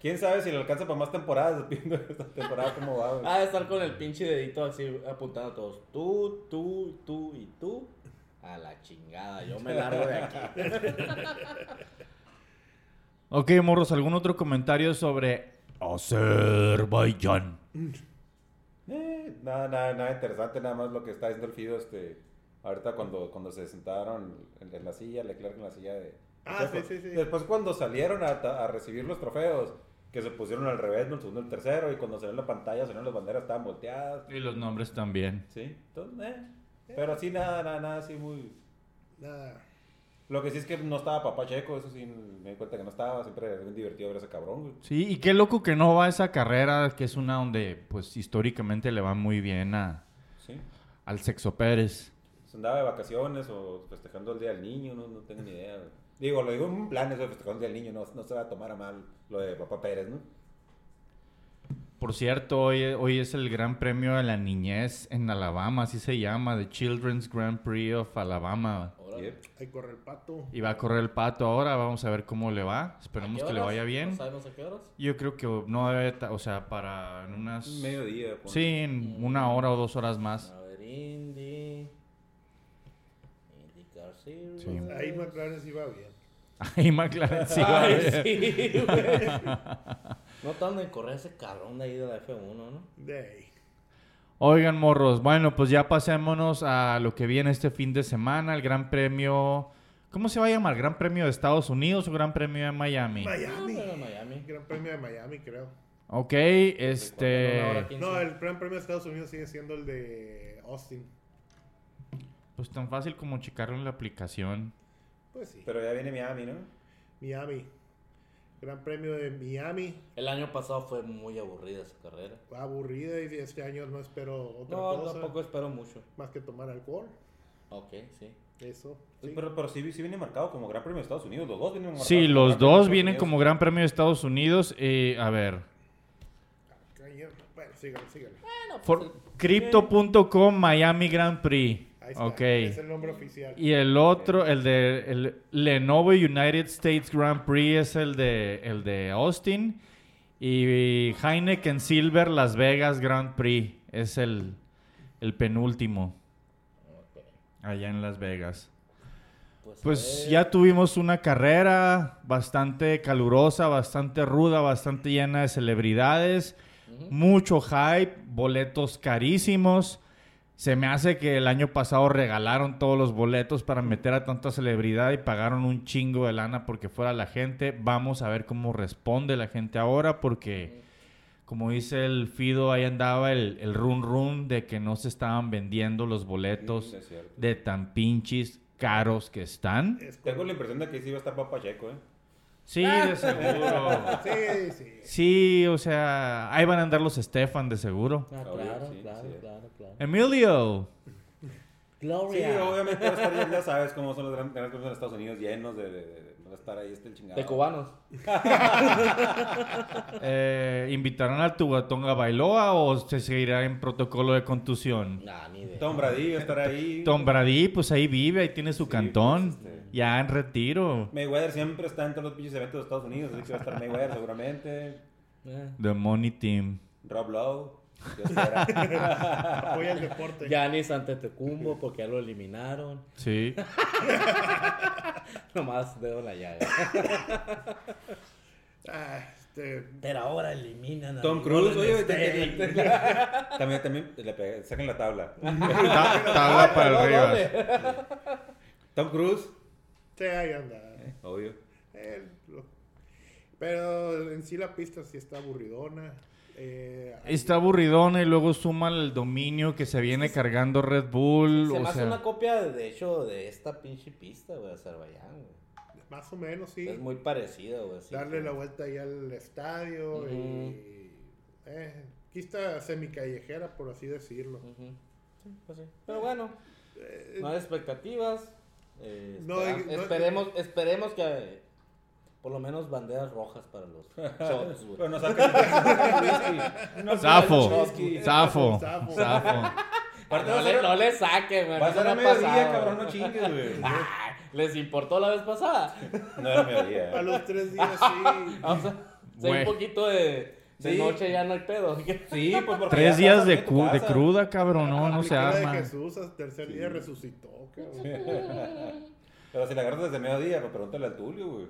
C: ¿Quién sabe si le alcanza para más temporadas? Viendo esta temporada cómo va, güey.
B: Ha de estar con el pinche dedito así apuntando a todos. Tú, tú, tú y tú. A la chingada, yo me largo de aquí.
A: Ok, morros, ¿algún otro comentario sobre Azerbaiyán?
C: Eh, nada, nada, nada interesante, nada más lo que está diciendo el Fido, este, ahorita cuando, cuando se sentaron en, en la silla, Leclerc en la silla de...
D: Ah,
C: después,
D: sí, sí, sí.
C: Después cuando salieron a, ta- a recibir los trofeos, que se pusieron al revés, no el segundo, el tercero, y cuando salieron la pantalla, salieron las banderas, estaban volteadas,
A: Y los nombres también.
C: sí, entonces, eh, pero así nada, nada, nada, así muy...
D: Nada.
C: Lo que sí es que no estaba papá Checo, eso sí, me di cuenta que no estaba, siempre era bien divertido ver a ese cabrón, güey.
A: Sí, y qué loco que no va a esa carrera, que es una donde, pues, históricamente le va muy bien a,
C: Sí.
A: al Sexo Pérez.
C: Se pues, andaba de vacaciones o festejando el Día del Niño, no, no tengo ni idea. güey. Digo, lo digo en un plan eso de festejando el Día del Niño, no, no se va a tomar a mal lo de Papá Pérez, ¿no?
A: Por cierto, hoy, hoy es el Gran Premio de la Niñez en Alabama, así se llama, The Children's Grand Prix of Alabama.
B: Órale.
C: Yep.
D: Ahí corre el pato.
A: Y va a correr el pato ahora, vamos a ver cómo le va. Esperemos
B: ¿A qué
A: que le
B: horas?
A: vaya bien.
B: No sabemos a qué horas.
A: Yo creo que no debe, ta- o sea, para en unas...
C: Mediodía. pues. pon.
A: Sí, en una hora o dos horas más.
B: A ver, Indy. IndyCar Series.
A: Sí.
D: Ahí McLaren sí va bien.
A: Ahí McLaren sí va a
B: Ay,
A: ver.
B: sí, güey. No tan de correr ese cabrón de ahí de la F1, ¿no?
D: De ahí.
A: Oigan, morros, bueno, pues ya pasémonos a lo que viene este fin de semana, el Gran Premio... ¿Cómo se va a llamar? ¿Gran Premio de Estados Unidos o Gran Premio de Miami?
D: Miami.
B: Ah, pero Miami.
D: Gran premio de Miami, creo.
A: Ok,
B: Una hora
A: este...
B: quince.
D: No, el gran premio de Estados Unidos sigue siendo el de Austin.
A: Pues tan fácil como checarlo en la aplicación.
D: Pues sí.
C: Pero ya viene Miami, ¿no?
D: Miami. Gran premio de Miami.
B: El año pasado fue muy aburrida esa carrera.
D: Aburrida y este año no espero otra
B: No,
D: cosa.
B: tampoco espero mucho.
D: Más que tomar alcohol.
B: Ok, sí.
D: Eso.
C: Sí,
D: sí.
C: Pero, pero sí, sí viene marcado como Gran Premio de Estados Unidos. Los dos vienen marcados.
A: Sí,
C: como
A: los
C: Gran Premio
A: dos
C: de Estados
A: vienen
C: Unidos.
A: como Gran Premio de Estados Unidos. eh, a ver,
D: Cañón. Bueno, síganle, síganle.
A: For- Crypto.com Miami Grand Prix.
D: Ahí está.
A: Ok.
D: Es el nombre oficial.
A: Y el otro, el de el Lenovo United States Grand Prix es el de, el de Austin. Y Heineken Silver Las Vegas Grand Prix es el, el penúltimo. Allá en Las Vegas. Pues
B: eh,
A: ya tuvimos una carrera bastante calurosa, bastante ruda, bastante llena de celebridades, mucho hype, boletos carísimos. Se me hace que el año pasado regalaron todos los boletos para meter a tanta celebridad y pagaron un chingo de lana porque fuera la gente. Vamos a ver cómo responde la gente ahora porque, como dice el Fido, ahí andaba el, el run run de que no se estaban vendiendo los boletos
C: Sí, es cierto.
A: de tan pinches caros que están.
D: Es correcto.
C: Tengo la impresión de que sí va a estar Papá Checo, ¿eh?
A: Sí, de seguro.
D: Sí, sí.
A: Sí, o sea, ahí van a andar los Stefan de seguro.
B: Ah,
C: Obvio,
B: claro,
C: sí,
B: claro,
C: sí.
B: claro, claro.
A: Emilio.
C: Sí,
B: Gloria.
C: obviamente va a estar, ya- ya sabes cómo son los Gran Gran Premios de Estados Unidos llenos de... de, de- de- va a estar ahí este el chingado.
B: de cubanos.
A: eh, ¿Invitarán a Tubatonga Bailoa o se seguirá en protocolo de contusión?
B: Nah, ni idea.
C: Tom Brady va a estar ahí.
A: Tom Brady, pues ahí vive, ahí tiene su
C: Sí,
A: cantón.
C: pues, este.
A: Ya en retiro.
C: Mayweather siempre está en todos los pinches eventos de Estados Unidos, así que va a estar Mayweather seguramente.
B: Eh,
A: The Money Team.
C: Rob Lowe. Dios quiera.
D: Apoya el deporte.
B: Giannis ante Tecumbo porque ya lo eliminaron.
A: Sí.
B: Nomás dedo en la llave.
D: Ah, este,
B: Pero ahora eliminan a
C: Tom
B: mi
C: Cruise,
B: Golden
C: oye,
B: State.
C: te- te- te- también, también le pe- saquen la tabla.
A: Ta- tabla para el Rivas.
C: Tom Cruise,
D: sí, ahí anda.
C: obvio.
D: Eh, lo- pero en sí la pista sí está aburridona. Eh,
A: Está aburridona y luego suma el dominio que se viene cargando Red Bull.
B: Se me
A: o
B: hace
A: sea,
B: una copia, de hecho, de esta pinche pista, güey, Azerbaiyán, güey.
D: Más o menos, sí.
B: Es muy parecida, güey. así
D: Darle
B: que-
D: la vuelta ahí al estadio y... Eh, pista semicallejera, por así decirlo.
B: Ujú. Sí, pues sí. Pero bueno, no hay expectativas. eh,
D: Eh, No,
B: espera-
D: hay- no hay-
B: esperemos, esperemos que eh, por lo menos banderas rojas para los shots, güey.
C: Pero no sacan. No
A: Zafo,
C: sacan whisky.
A: zafo,
D: Zafo.
A: zafo.
B: Ah,
C: Aparte
B: No,
C: va a
B: le,
C: ser-
B: no le saquen, güey.
C: Va a
B: eso
C: ser
B: no
C: a
B: ha
C: mediodía,
B: pasado.
C: cabrón, no chingues, güey.
B: Ah, ¿Les importó la vez pasada?
C: No era
D: A
C: mediodía.
D: los tres días sí.
B: Vamos a- sea,
A: Güey.
B: un poquito de, de
C: Sí.
B: noche ya no hay pedo.
C: Sí, pues porque
A: Tres
C: ya
A: días
C: estás
A: de,
C: en tu
A: cu- de
C: casa.
A: cruda, cabrón. No, no se
D: Aplicó la
A: arma.
D: de Jesús, al tercer día resucitó, cabrón.
C: Pero si la agarras desde mediodía, pues pregúntale al Tulio, güey.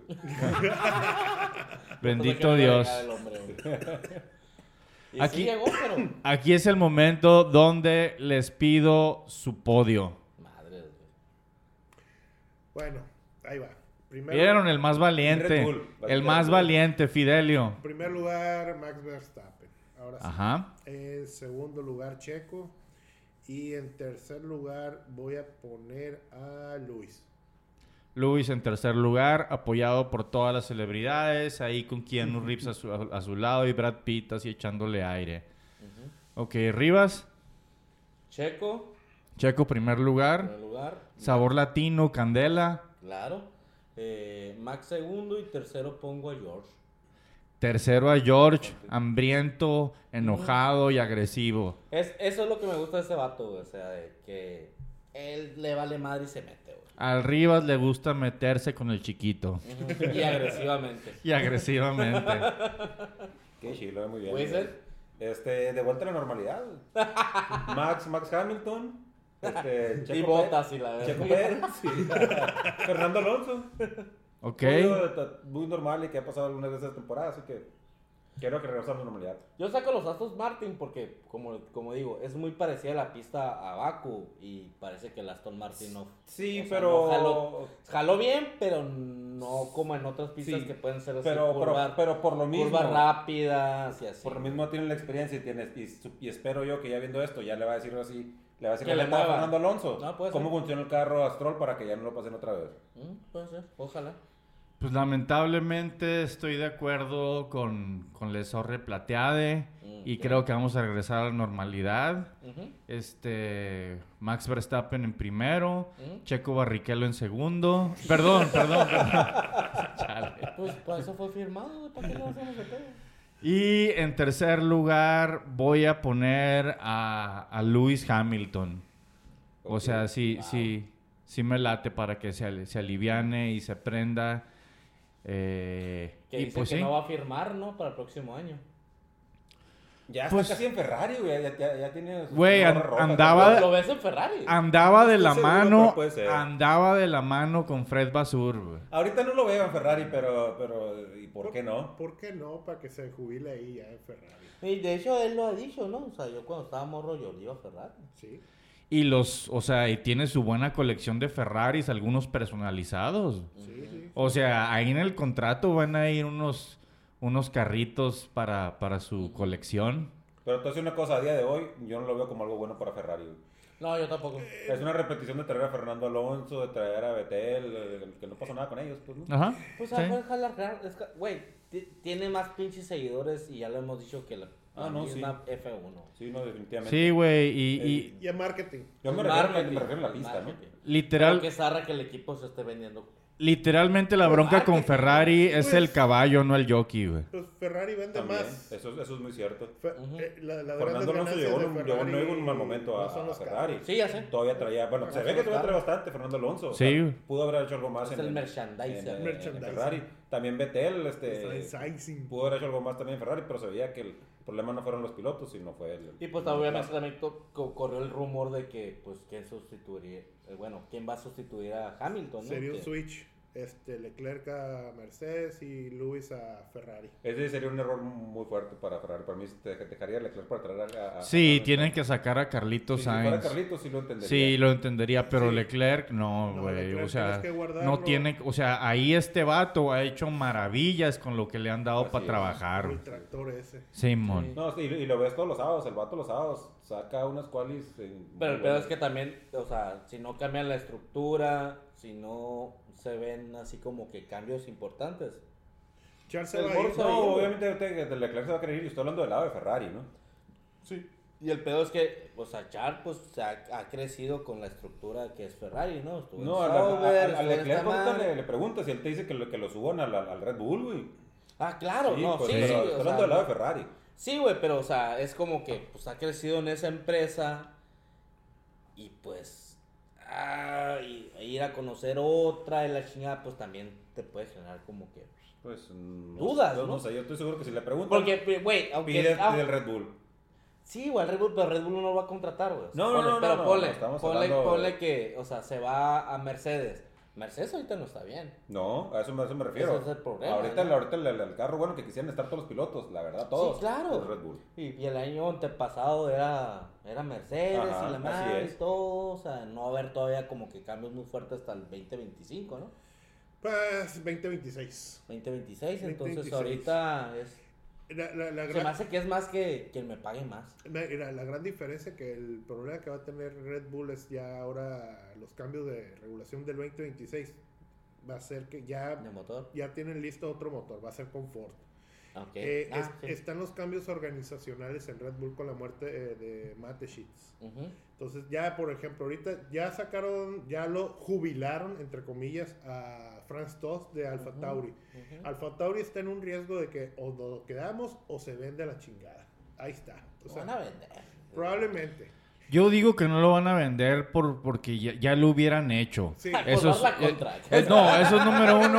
A: Bendito Dios. Aquí-
B: Aquí llegó, pero.
A: Aquí es el momento donde les pido su podio.
B: Madre, güey.
D: Bueno, ahí va. Primero,
A: Vieron el más valiente.
C: Red Bull,
A: El
C: Red
A: más
C: Bull.
A: valiente, Fidelio.
D: primer lugar, Max Verstappen. Ahora sí.
A: Ajá.
D: En segundo lugar, Checo. Y en tercer lugar, voy a poner a Luis.
A: Luis en tercer lugar, apoyado por todas las celebridades, ahí con Keanu Reeves a su, a su lado y Brad Pitt así echándole aire. Ok, Rivas,
B: Checo,
A: Checo primer
B: en
A: lugar,
B: primer lugar.
A: Sabor Latino, Candela,
B: Claro. Eh, Max segundo y tercero pongo a George.
A: tercero a George, hambriento, enojado y agresivo.
B: Es, eso es lo que me gusta de ese vato, güey. O sea, de que él le vale madre y se mete, güey.
A: Al Rivas le gusta meterse con el chiquito
B: Ujú, Y agresivamente.
A: y agresivamente.
C: Qué chilo, muy bien.
B: Wizard.
C: güey. Este, de vuelta a la normalidad. güey. Max, Max Hamilton. Este,
B: y
C: Checo
B: botas y la
C: Pérez- Checo
B: verdad.
C: Pérez. sí. Fernando Alonso.
A: Ok,
C: Algo ta- muy normal y que ha pasado algunas veces esta temporada, así que quiero que regresemos a la normalidad.
B: Yo saco los Aston Martin porque, como, como digo, es muy parecida la pista a Baku y parece que el Aston Martin no.
C: Sí,
B: o sea,
C: pero,
B: no jaló, jaló bien, pero no como en otras pistas
C: Sí,
B: que pueden ser así.
C: pero, pero,
B: curva-
C: pero por lo mismo.
B: curvas rápidas y así.
C: Por lo mismo tienen la experiencia y, tienes, y, su- y espero yo que ya viendo esto ya le va a decir así, le va a decir
B: Que le
C: la neta a
B: mueva.
C: Fernando Alonso
B: No, puede
C: cómo
B: ser.
C: funciona el carro Astrol para que ya no lo pasen otra vez.
B: Mm, Puede ser, ojalá.
A: pues lamentablemente estoy de acuerdo con, con Lesorre Plateade y
B: Mm,
A: creo que vamos a regresar a la normalidad.
B: Ujú.
A: Este, Max Verstappen en primero,
B: Ujú.
A: Checo Barrichello en segundo. Perdón, perdón. perdón. Chale.
B: Pues para eso fue firmado, güey, ¿para qué le hacemos de pedo?
A: Y en tercer lugar voy a poner a, a Lewis Hamilton. O
C: Ok,
A: sea, sí,
B: wow.
A: sí, sí me late para que se, al- se aliviane y se prenda. Eh,
B: Que
A: y
B: dice
A: pues
B: que
A: sí.
B: no va a firmar, ¿no? Para el próximo año.
C: Ya
A: Pues-
C: está casi en Ferrari, güey. Ya, ya, ya tiene. su
A: Güey,
C: gorra
A: an-
C: roja,
A: andaba- Va de-
B: Lo ves en Ferrari.
C: Ah.
A: Andaba de
C: Estoy
A: la
C: seguro,
A: mano,
C: pero puede ser.
A: andaba de la mano con Fred Basur. güey.
C: Ahorita no lo veo en Ferrari, pero. pero ¿Y por qué no?
D: ¿Por qué no? Para que se jubile ahí ya en Ferrari.
B: Y de hecho él lo ha dicho, ¿no? O sea, yo cuando estaba morro yo le iba a Ferrari.
D: Sí.
A: Y los, o sea, y tiene su buena colección de Ferraris, algunos personalizados.
D: Sí, sí.
A: O sea, ahí en el contrato van a ir unos, unos carritos para, para su colección.
C: Pero entonces, una cosa, a día de hoy, yo no lo veo como algo bueno para Ferrari, güey.
B: No, yo tampoco.
C: Es una repetición de traer a Fernando Alonso, de traer a Betel, eh, que no pasó nada con ellos, pues, ¿no?
A: Ajá.
B: Pues
A: sí.
B: a ver, jalar, jalar, es que- güey, ti- tiene más pinches seguidores y ya lo hemos dicho que la,
C: Ah,
B: la
C: no,
B: misma F1.
C: Sí, no, definitivamente.
A: Sí, güey. Y, y
D: Y a marketing.
C: Yo me
B: El
C: refiero,
B: marketing,
C: me refiero a la
B: el
C: pista, ¿no?
B: marketing. Creo que
A: literal,
B: es zarra que el equipo se esté vendiendo.
A: literalmente la bronca con
D: marketing,
A: Ferrari es
D: pues.
A: el caballo, no el jockey, güey.
D: Pues Ferrari vende
C: También,
D: más.
C: Eso, eso es muy cierto.
D: Fe-
B: Ujú.
D: eh, la, las
C: Fernando
D: grandes
C: Alonso
D: ganancias
C: llegó,
D: de
C: en un- llegó en
D: Ferrari
C: un mal momento a,
D: no son
C: a
D: los
C: Ferrari.
B: Sí, ya sé.
C: Todavía traía, bueno, se ve que todavía trae bastante Fernando Alonso. o
A: Sí.
C: sea, pudo haber hecho algo más
B: Es el
C: en-
B: merchandiser.
C: en
D: Merchandiser.
C: Ferrari. También Betel,
D: carros.
C: este,
D: Sizing.
C: pudo haber hecho algo más también en Ferrari, pero se veía que el problema no fueron los pilotos, sino fue el...
B: Y pues obviamente también co- co- corrió el rumor de que, pues, ¿quién sustituiría? eh, bueno, ¿quién va a sustituir a Hamilton? ¿no?
D: Sería un
B: Que-
D: switch. Este, Leclerc a Mercedes y Lewis a Ferrari.
C: Ese sería un error muy fuerte para Ferrari. Para mí te te dejaría a Leclerc para traer a... a-
A: Sí,
C: a-
A: tienen que sacar a Carlitos
C: Si fuera
A: Sainz.
C: Carlitos sí lo entendería.
A: Sí, lo entendería, pero Leclerc no,
D: No,
A: güey.
D: Leclerc
A: o sea,
D: tienes que guardarlo.
A: no tiene, o sea, ahí este vato ha hecho maravillas con lo que le han dado
C: Así
A: para
C: es.
A: trabajar.
D: El tractor ese.
A: Simón.
B: Sí.
C: No, sí, y lo ves todos los sábados. El vato los sábados saca unas cualis... eh,
B: Pero
C: muy
B: el pedo
C: buenas.
B: es que también, o sea, si no cambian la estructura, si no se ven así como que cambios importantes.
D: Charles se
B: El
D: va a ir,
B: bolso.
D: ¿no?
C: No, obviamente usted, de Leclerc se va a creer y estoy hablando del lado de Ferrari, ¿no?
B: Sí. Y el pedo es que, o sea, Char, pues, se ha, ha crecido con la estructura que es Ferrari, ¿no? Estuvo en
C: No, a,
B: Sauber,
C: la- a- a- a
B: estuvo en
C: Leclerc
B: esta
C: ahorita
B: madre.
C: le, le preguntas y él te dice que lo, que lo suban al, al- al Red Bull, güey.
B: Ah, claro, no,
C: pues,
B: sí,
C: pero
B: sí,
C: estoy
B: o
C: hablando
B: sea,
C: del lado de Ferrari.
B: Sí, güey, pero, o sea, es como que, pues, ha crecido en esa empresa y, pues, ah, y- e ir a conocer otra y la chingada, pues también te puede generar como que.
C: Pues. mm,
B: Dudas,
C: yo
B: ¿no?
C: No sé, yo estoy seguro que si le preguntan.
B: Porque, güey, aunque.
C: Pide,
B: ah,
C: pide el Red Bull.
B: Sí, güey, el Red Bull, pero Red Bull no lo va a contratar, güey. O sea,
C: No, no,
B: ponle,
C: no,
B: Pero
C: no, no,
B: ponle,
C: estamos
B: ponle,
C: hablando-
B: ponle que, o sea, se va a Mercedes. Mercedes ahorita no está bien.
C: No, a eso, me- a eso me refiero.
B: Ese es el problema,
C: Ahorita,
B: ¿no?
C: ahorita el, el- el carro bueno que quisieran estar todos los pilotos, la verdad, todos.
B: Sí, claro.
C: Es Red Bull.
B: Y, y el año antepasado era, era Mercedes
C: Ajá,
B: y la
C: así
B: madre y
C: es.
B: todo. O sea, no va a haber todavía como que cambios muy fuertes hasta el 2025, ¿no?
D: Pues 2026.
B: 2026, entonces
D: 2026.
B: ahorita es.
D: La, la, la,
B: Se me
D: gran,
B: hace que es más que quien me pague más.
D: la- la- la gran diferencia que el problema que va a tener Red Bull es ya ahora los cambios de regulación del 2026. Va a ser que
B: De
D: ya,
B: motor.
D: ya tienen listo otro motor, va a ser confort.
B: Ok.
D: Eh,
B: Ah,
D: es-
B: sí.
D: Están los cambios organizacionales en Red Bull con la muerte eh, de Matt Sheets.
B: Ujú.
D: Entonces ya, por ejemplo, ahorita ya sacaron, ya lo jubilaron, entre comillas, a Franz Tost de Alfa
B: Ujú,
D: Tauri.
B: ujú.
D: Alfa Tauri está en un riesgo de que o nos quedamos o se vende a la chingada. Ahí está. O
B: Lo
D: sea,
B: van a vender.
D: probablemente.
A: Yo digo que no lo van a vender por, porque ya, ya lo hubieran hecho.
D: Sí.
B: Por
A: Eso es,
B: dar la
A: eh,
B: contra.
A: eh, no, eso es número uno.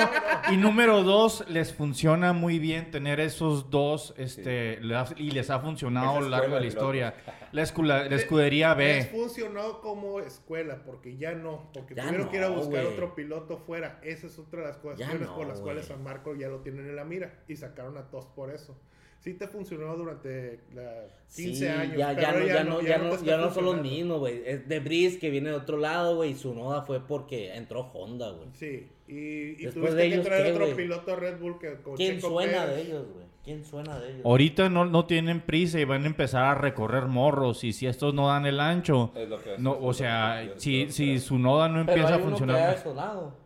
A: Y número dos, les funciona muy bien tener esos dos este, le ha- y les ha funcionado a lo
C: Esa
A: largo de la
C: escuela de
A: historia. La, escula- la escudería
D: Les
A: B.
D: funcionó como escuela, porque ya no, porque
B: Ya
D: tuvieron
B: no,
D: que ir a buscar
B: güey.
D: otro piloto fuera. Esa es otra de las cuestiones
B: no,
D: por las
B: güey.
D: cuales San Marco ya lo tienen en la mira y sacaron a Tost por eso. Sí te funcionó durante la 15
B: Sí,
D: años.
B: Ya, ya,
D: pero
B: no, ya, no, ya, no,
D: te está
B: ya no son los
D: funcionando.
B: mismos, güey. Es de Breeze que viene de otro lado, güey. Y su noda fue porque entró Honda, güey.
D: Sí, y, y
B: Después
D: tuviste
B: de
D: que
B: ellos,
D: traer
B: ¿qué,
D: otro
B: güey?
D: piloto a Red Bull que con
B: ¿Quién
D: Checo
B: suena
D: Pérez.
B: de ellos, güey? ¿Quién suena de ellos?
A: Ahorita no, no tienen prisa y van a empezar a recorrer morros. Y si estos no dan el ancho,
C: Es lo que
A: no,
C: es lo
A: o
C: que
A: sea,
C: yo- yo-
A: si, si su noda no
B: Pero
A: empieza
B: hay
A: a
B: uno
A: funcionar.
B: que ha
A: mejor.
B: sonado.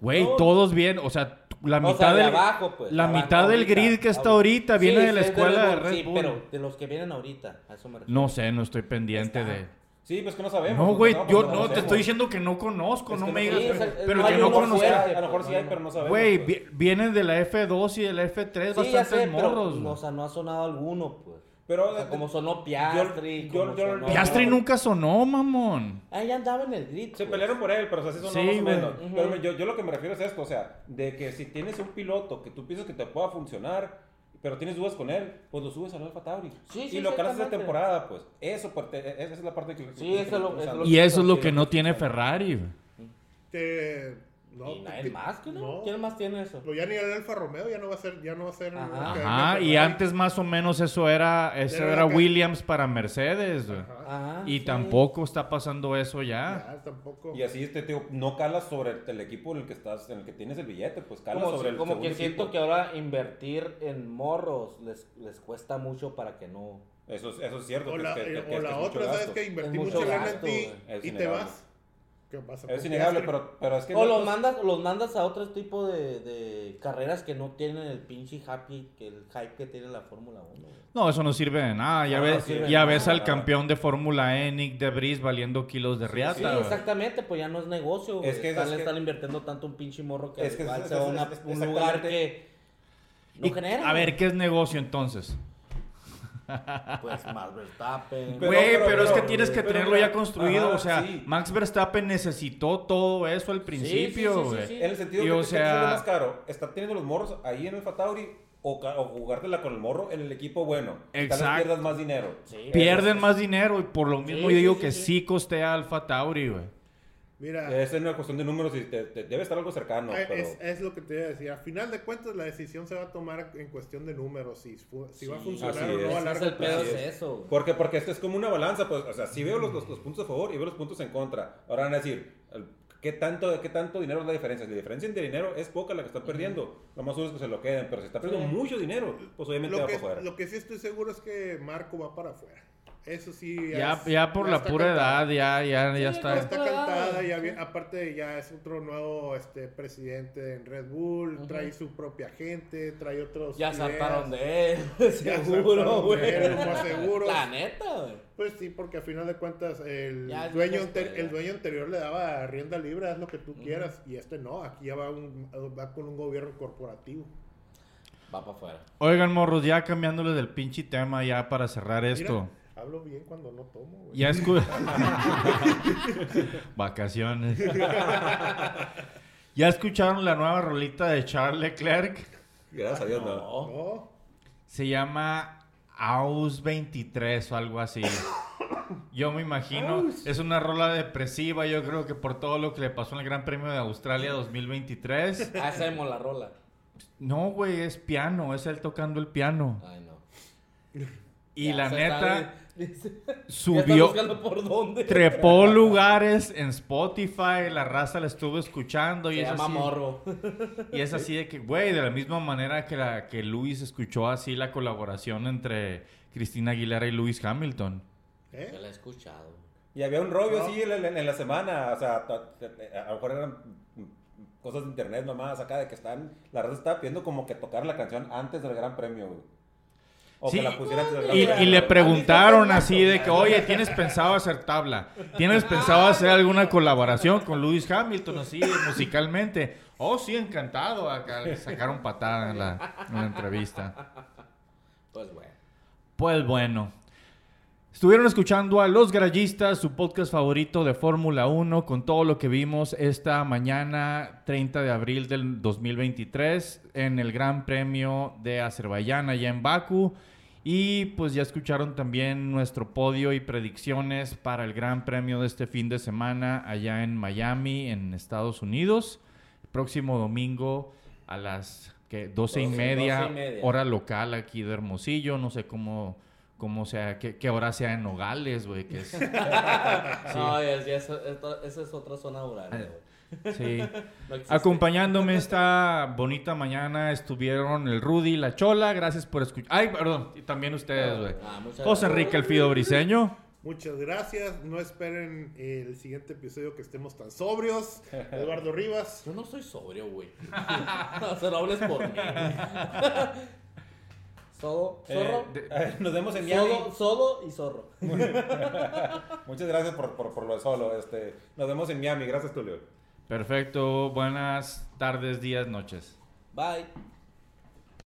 A: Güey,
B: No.
A: todos bien, o sea, t- la
B: O
A: mitad
B: sea, de
A: del,
B: abajo, pues,
A: la
B: abajo,
A: mitad del
B: ahorita,
A: grid que está ahorita viene
B: Sí,
A: de la
B: sí, es
A: escuela de
B: Bull,
A: Red
B: sí,
A: Bull.
B: pero de los que vienen ahorita. A eso me refiero.
A: No sé, no estoy pendiente
B: Está.
A: de.
C: Sí, pues que no sabemos.
A: No, güey, yo
C: pues,
A: no te
C: sabemos.
A: estoy diciendo que no conozco,
C: Es
A: no
C: que
A: me
C: no-
A: digas,
C: sí,
A: pero-
C: es-
B: es-
A: pero
B: no
A: que
B: hay
A: no
B: uno
A: conozco.
B: fuera.
C: A lo mejor sí hay, pero no sabemos.
A: Güey,
C: pues.
A: vi- vienen de la F2 y de la F3
B: Sí, ya sé,
A: bastantes
B: pero
A: morros.
B: no,
A: güey.
B: o sea, no ha sonado alguno, pues.
C: Pero eh,
B: O sea,
C: de-
B: como sonó Piastri.
C: yo-
B: como
C: yo-
B: sonó-
A: Piastri nunca sonó, mamón.
B: Ahí andaba en el grid.
C: Se
B: pues.
C: pelearon por él, pero o sea, sí son
A: Sí,
C: más o
A: güey.
C: menos.
B: Ujú.
C: Pero yo, yo lo que me refiero es esto, o sea, de que si tienes un piloto que tú piensas que te pueda funcionar, pero tienes dudas con él, pues lo subes al Alfa Tauri.
B: Sí,
C: y
B: sí,
C: lo que haces esta
B: exactamente.
C: temporada, pues, eso parte- e- esa es la parte que... que-
B: Sí, eso es lo-
C: o sea,
B: eso es
A: Y eso es lo
B: Sí,
A: que
B: lo
A: no tiene Ferrari. güey.
D: Te- no,
B: Y nadie
D: te-
B: más, que no?
D: no.
B: ¿Quién más tiene eso?
D: Pero ya ni el Alfa Romeo ya no va a ser, ya no va a ser.
B: Ajá.
D: una cadena
A: Ajá, y
D: Ferrari.
A: antes más o menos eso era, eso
D: Pero
A: era
D: acá-
A: Williams para Mercedes, güey.
D: Ajá.
B: Ajá, Ah,
A: Y
B: sí.
A: tampoco está pasando eso ya.
D: Ya, tampoco.
C: Y así este tío, no calas sobre el, el equipo en el que estás, en el que tienes el billete, pues calas
B: Como,
C: sobre
B: si-
C: el
B: como que
C: segundo
B: siento que
C: equipo.
B: ahora invertir en morros les, les cuesta mucho para que no.
C: Eso, es- eso es cierto.
D: o
C: que-
D: la, eh,
C: que- que-
D: o
C: que es
D: la
C: mucho
D: otra, ¿sabes
C: gasto.
D: que Invertí
B: Es
D: mucho
B: mucho
D: lana en
B: gasto,
D: ti
C: güey. Es
D: y te
C: innegable.
D: vas. ¿Qué pasa?
C: Es
D: Porque
C: innegable,
D: Astrid-
C: pero, pero es que...
B: O
C: no-
B: los mandas, los mandas a otro tipo de, de carreras que no tienen el pinche happy, que el hype que tiene la Fórmula 1. güey.
A: No, eso no sirve de nada. Ya
B: No, no
A: ves,
B: sirve de
A: ya
B: nada,
A: ves al
C: nada.
A: campeón de Fórmula E, Nick de Vries, valiendo kilos de riata.
B: Sí,
A: güey.
B: exactamente, pues ya no es negocio. güey.
C: Es que-
B: están,
C: es
B: le
C: que-
B: están invirtiendo tanto un pinche morro que
C: Es que-
B: igual
C: es-
B: se va a
C: es-
B: una-
C: es-
B: un lugar
C: exactamente.
B: que no
A: Y-
B: genera.
A: a ver, ¿qué es negocio entonces?
B: Pues más Verstappen.
C: Pero-
A: Güey, pero,
C: pero-
A: es que
C: pero-
A: tienes que
C: pero-
A: tenerlo ya construido.
C: ajá,
A: o sea,
C: sí.
A: Max Verstappen necesitó todo eso al
B: sí,
A: principio,
B: sí,
A: güey.
B: sí.
C: En el sentido
A: Y,
C: que
A: o
C: te está saliendo
A: sea-
C: más caro, estar teniendo los morros ahí en el Fatauri o, ca- o jugártela con el morro en el equipo bueno. Y Tal
A: Exacto.
C: vez pierdas más dinero.
B: Sí.
A: Pierden más dinero y por lo mismo yo
B: Sí, sí,
A: digo
B: sí,
A: que
B: sí.
A: sí, costea Alfa Tauri, güey.
D: Mira,
C: Esa es una cuestión de números y te- te- debe estar algo cercano.
D: eh,
C: pero...
D: es, es lo que te iba a decir. A final de cuentas, la decisión se va a tomar en cuestión de números. Si, fu- si va a
B: Sí,
D: funcionar
C: así es.
D: o no a
B: Ese es el
D: largo
B: pedo
D: plazo.
B: es
C: Así es.
B: eso. güey.
C: Porque, porque esto es como una balanza, pues, o sea, si veo los, los, los puntos a favor y veo los puntos en contra. Ahora van a decir, el- ¿qué tanto, ¿qué tanto dinero es la diferencia? Si la diferencia de dinero es poca la que están perdiendo, lo más seguro es que se lo queden, pero si está perdiendo
B: Sí.
C: mucho dinero, pues obviamente
D: Lo
C: va para
D: que,
C: afuera.
D: lo que sí estoy seguro es que Marco va para afuera. Eso sí.
A: Ya,
D: es-
A: ya por la
D: está
A: pura
D: cantado.
A: edad, ya, ya,
B: Sí,
A: ya
D: Ya
A: está.
D: está
B: Otra edad,
D: cantada, ya
B: sí.
D: bien- aparte ya es otro nuevo este presidente en Red Bull,
B: Ujú.
D: trae su propia gente, trae otros
B: Ya
D: ideas.
B: saltaron de él,
D: Ya
B: seguro,
D: saltaron de él,
B: güey.
D: lo más seguro.
B: La neta, güey.
D: Pues sí, porque a final de cuentas el
B: Ya es
D: dueño
B: justo,
D: ante-
B: ya.
D: el dueño anterior le daba rienda libre, haz lo que tú
B: Ujú.
D: quieras y este no, aquí ya va un va con un gobierno corporativo.
B: Va para afuera.
A: Oigan, morros, ya cambiándoles del pinche tema ya para cerrar
D: Mira,
A: esto.
D: Hablo bien cuando no tomo, güey.
A: Ya escu- Vacaciones. ¿Ya escucharon la nueva rolita de Charles Leclerc?
C: Gracias a Dios, no.
D: No.
A: Se llama Aus 23 o algo así. Yo me imagino, es una rola depresiva, yo creo que por todo lo que le pasó en el Gran Premio de Australia 2023.
B: Hacemos la rola.
A: No, güey, es piano, es él tocando el piano.
B: Ay, no.
A: Y
B: Ya
A: la
B: se
A: neta
B: sabe. Ya está
A: subió,
B: buscando por dónde.
A: trepó lugares en Spotify, la raza la estuvo escuchando y
B: Se
A: es
B: llama
A: así.
B: Morro.
A: Y es así de que, güey, de la misma manera que, la, que Luis escuchó así la colaboración entre Cristina Aguilera y Luis Hamilton.
B: Ya
D: ¿Eh?
B: la he escuchado.
C: Y había un rollo
D: No.
C: así en, en- en la semana, o sea, ta- ta- ta- a lo mejor eran cosas de internet nomás acá de que están, la raza estaba pidiendo como que tocar la canción antes del Gran Premio, güey. O
A: Sí,
C: que la pusieran antes del Gran
A: Y,
C: Premio.
A: y le preguntaron así de que, oye, ¿tienes pensado hacer tabla? ¿Tienes pensado hacer alguna colaboración con Luis Hamilton así musicalmente? Oh, sí, encantado. Acá le sacaron patada en la, en la entrevista.
B: Pues bueno.
A: Pues bueno. Estuvieron escuchando a Los Garallistas, su podcast favorito de Fórmula 1, con todo lo que vimos esta mañana, 30 de abril del 2023, en el Gran Premio de Azerbaiyán, allá en Bakú. Y pues ya escucharon también nuestro podio y predicciones para el Gran Premio de este fin de semana, allá en Miami, en Estados Unidos. Próximo domingo a las ¿qué? doce y
B: Doce,
A: media,
B: doce y media.
A: hora local aquí de Hermosillo. No sé cómo, cómo sea, qué, qué hora sea en Nogales, güey, que es...
B: No, ya- ya eso- esto- esa es otra zona horaria, güey.
A: Sí.
B: No existe.
A: Acompañándome esta bonita mañana estuvieron el Rudy y la Chola. Gracias por escuchar. Ay, perdón. Y también ustedes, güey.
B: Ah, muchas
A: José
B: gracias.
A: Enrique Alfido Briseño.
D: Muchas gracias. No esperen el siguiente episodio que estemos tan sobrios. Eduardo Rivas.
B: Yo no soy sobrio, güey. o sea, no hables por mí. Sodo, zorro.
C: Eh, de- nos vemos en Miami.
B: sodo, sodo y zorro.
C: Muchas gracias por, por, por lo de solo. Este, nos vemos en Miami. Gracias, Tulio.
A: Perfecto. Buenas tardes, días, noches.
B: Bye.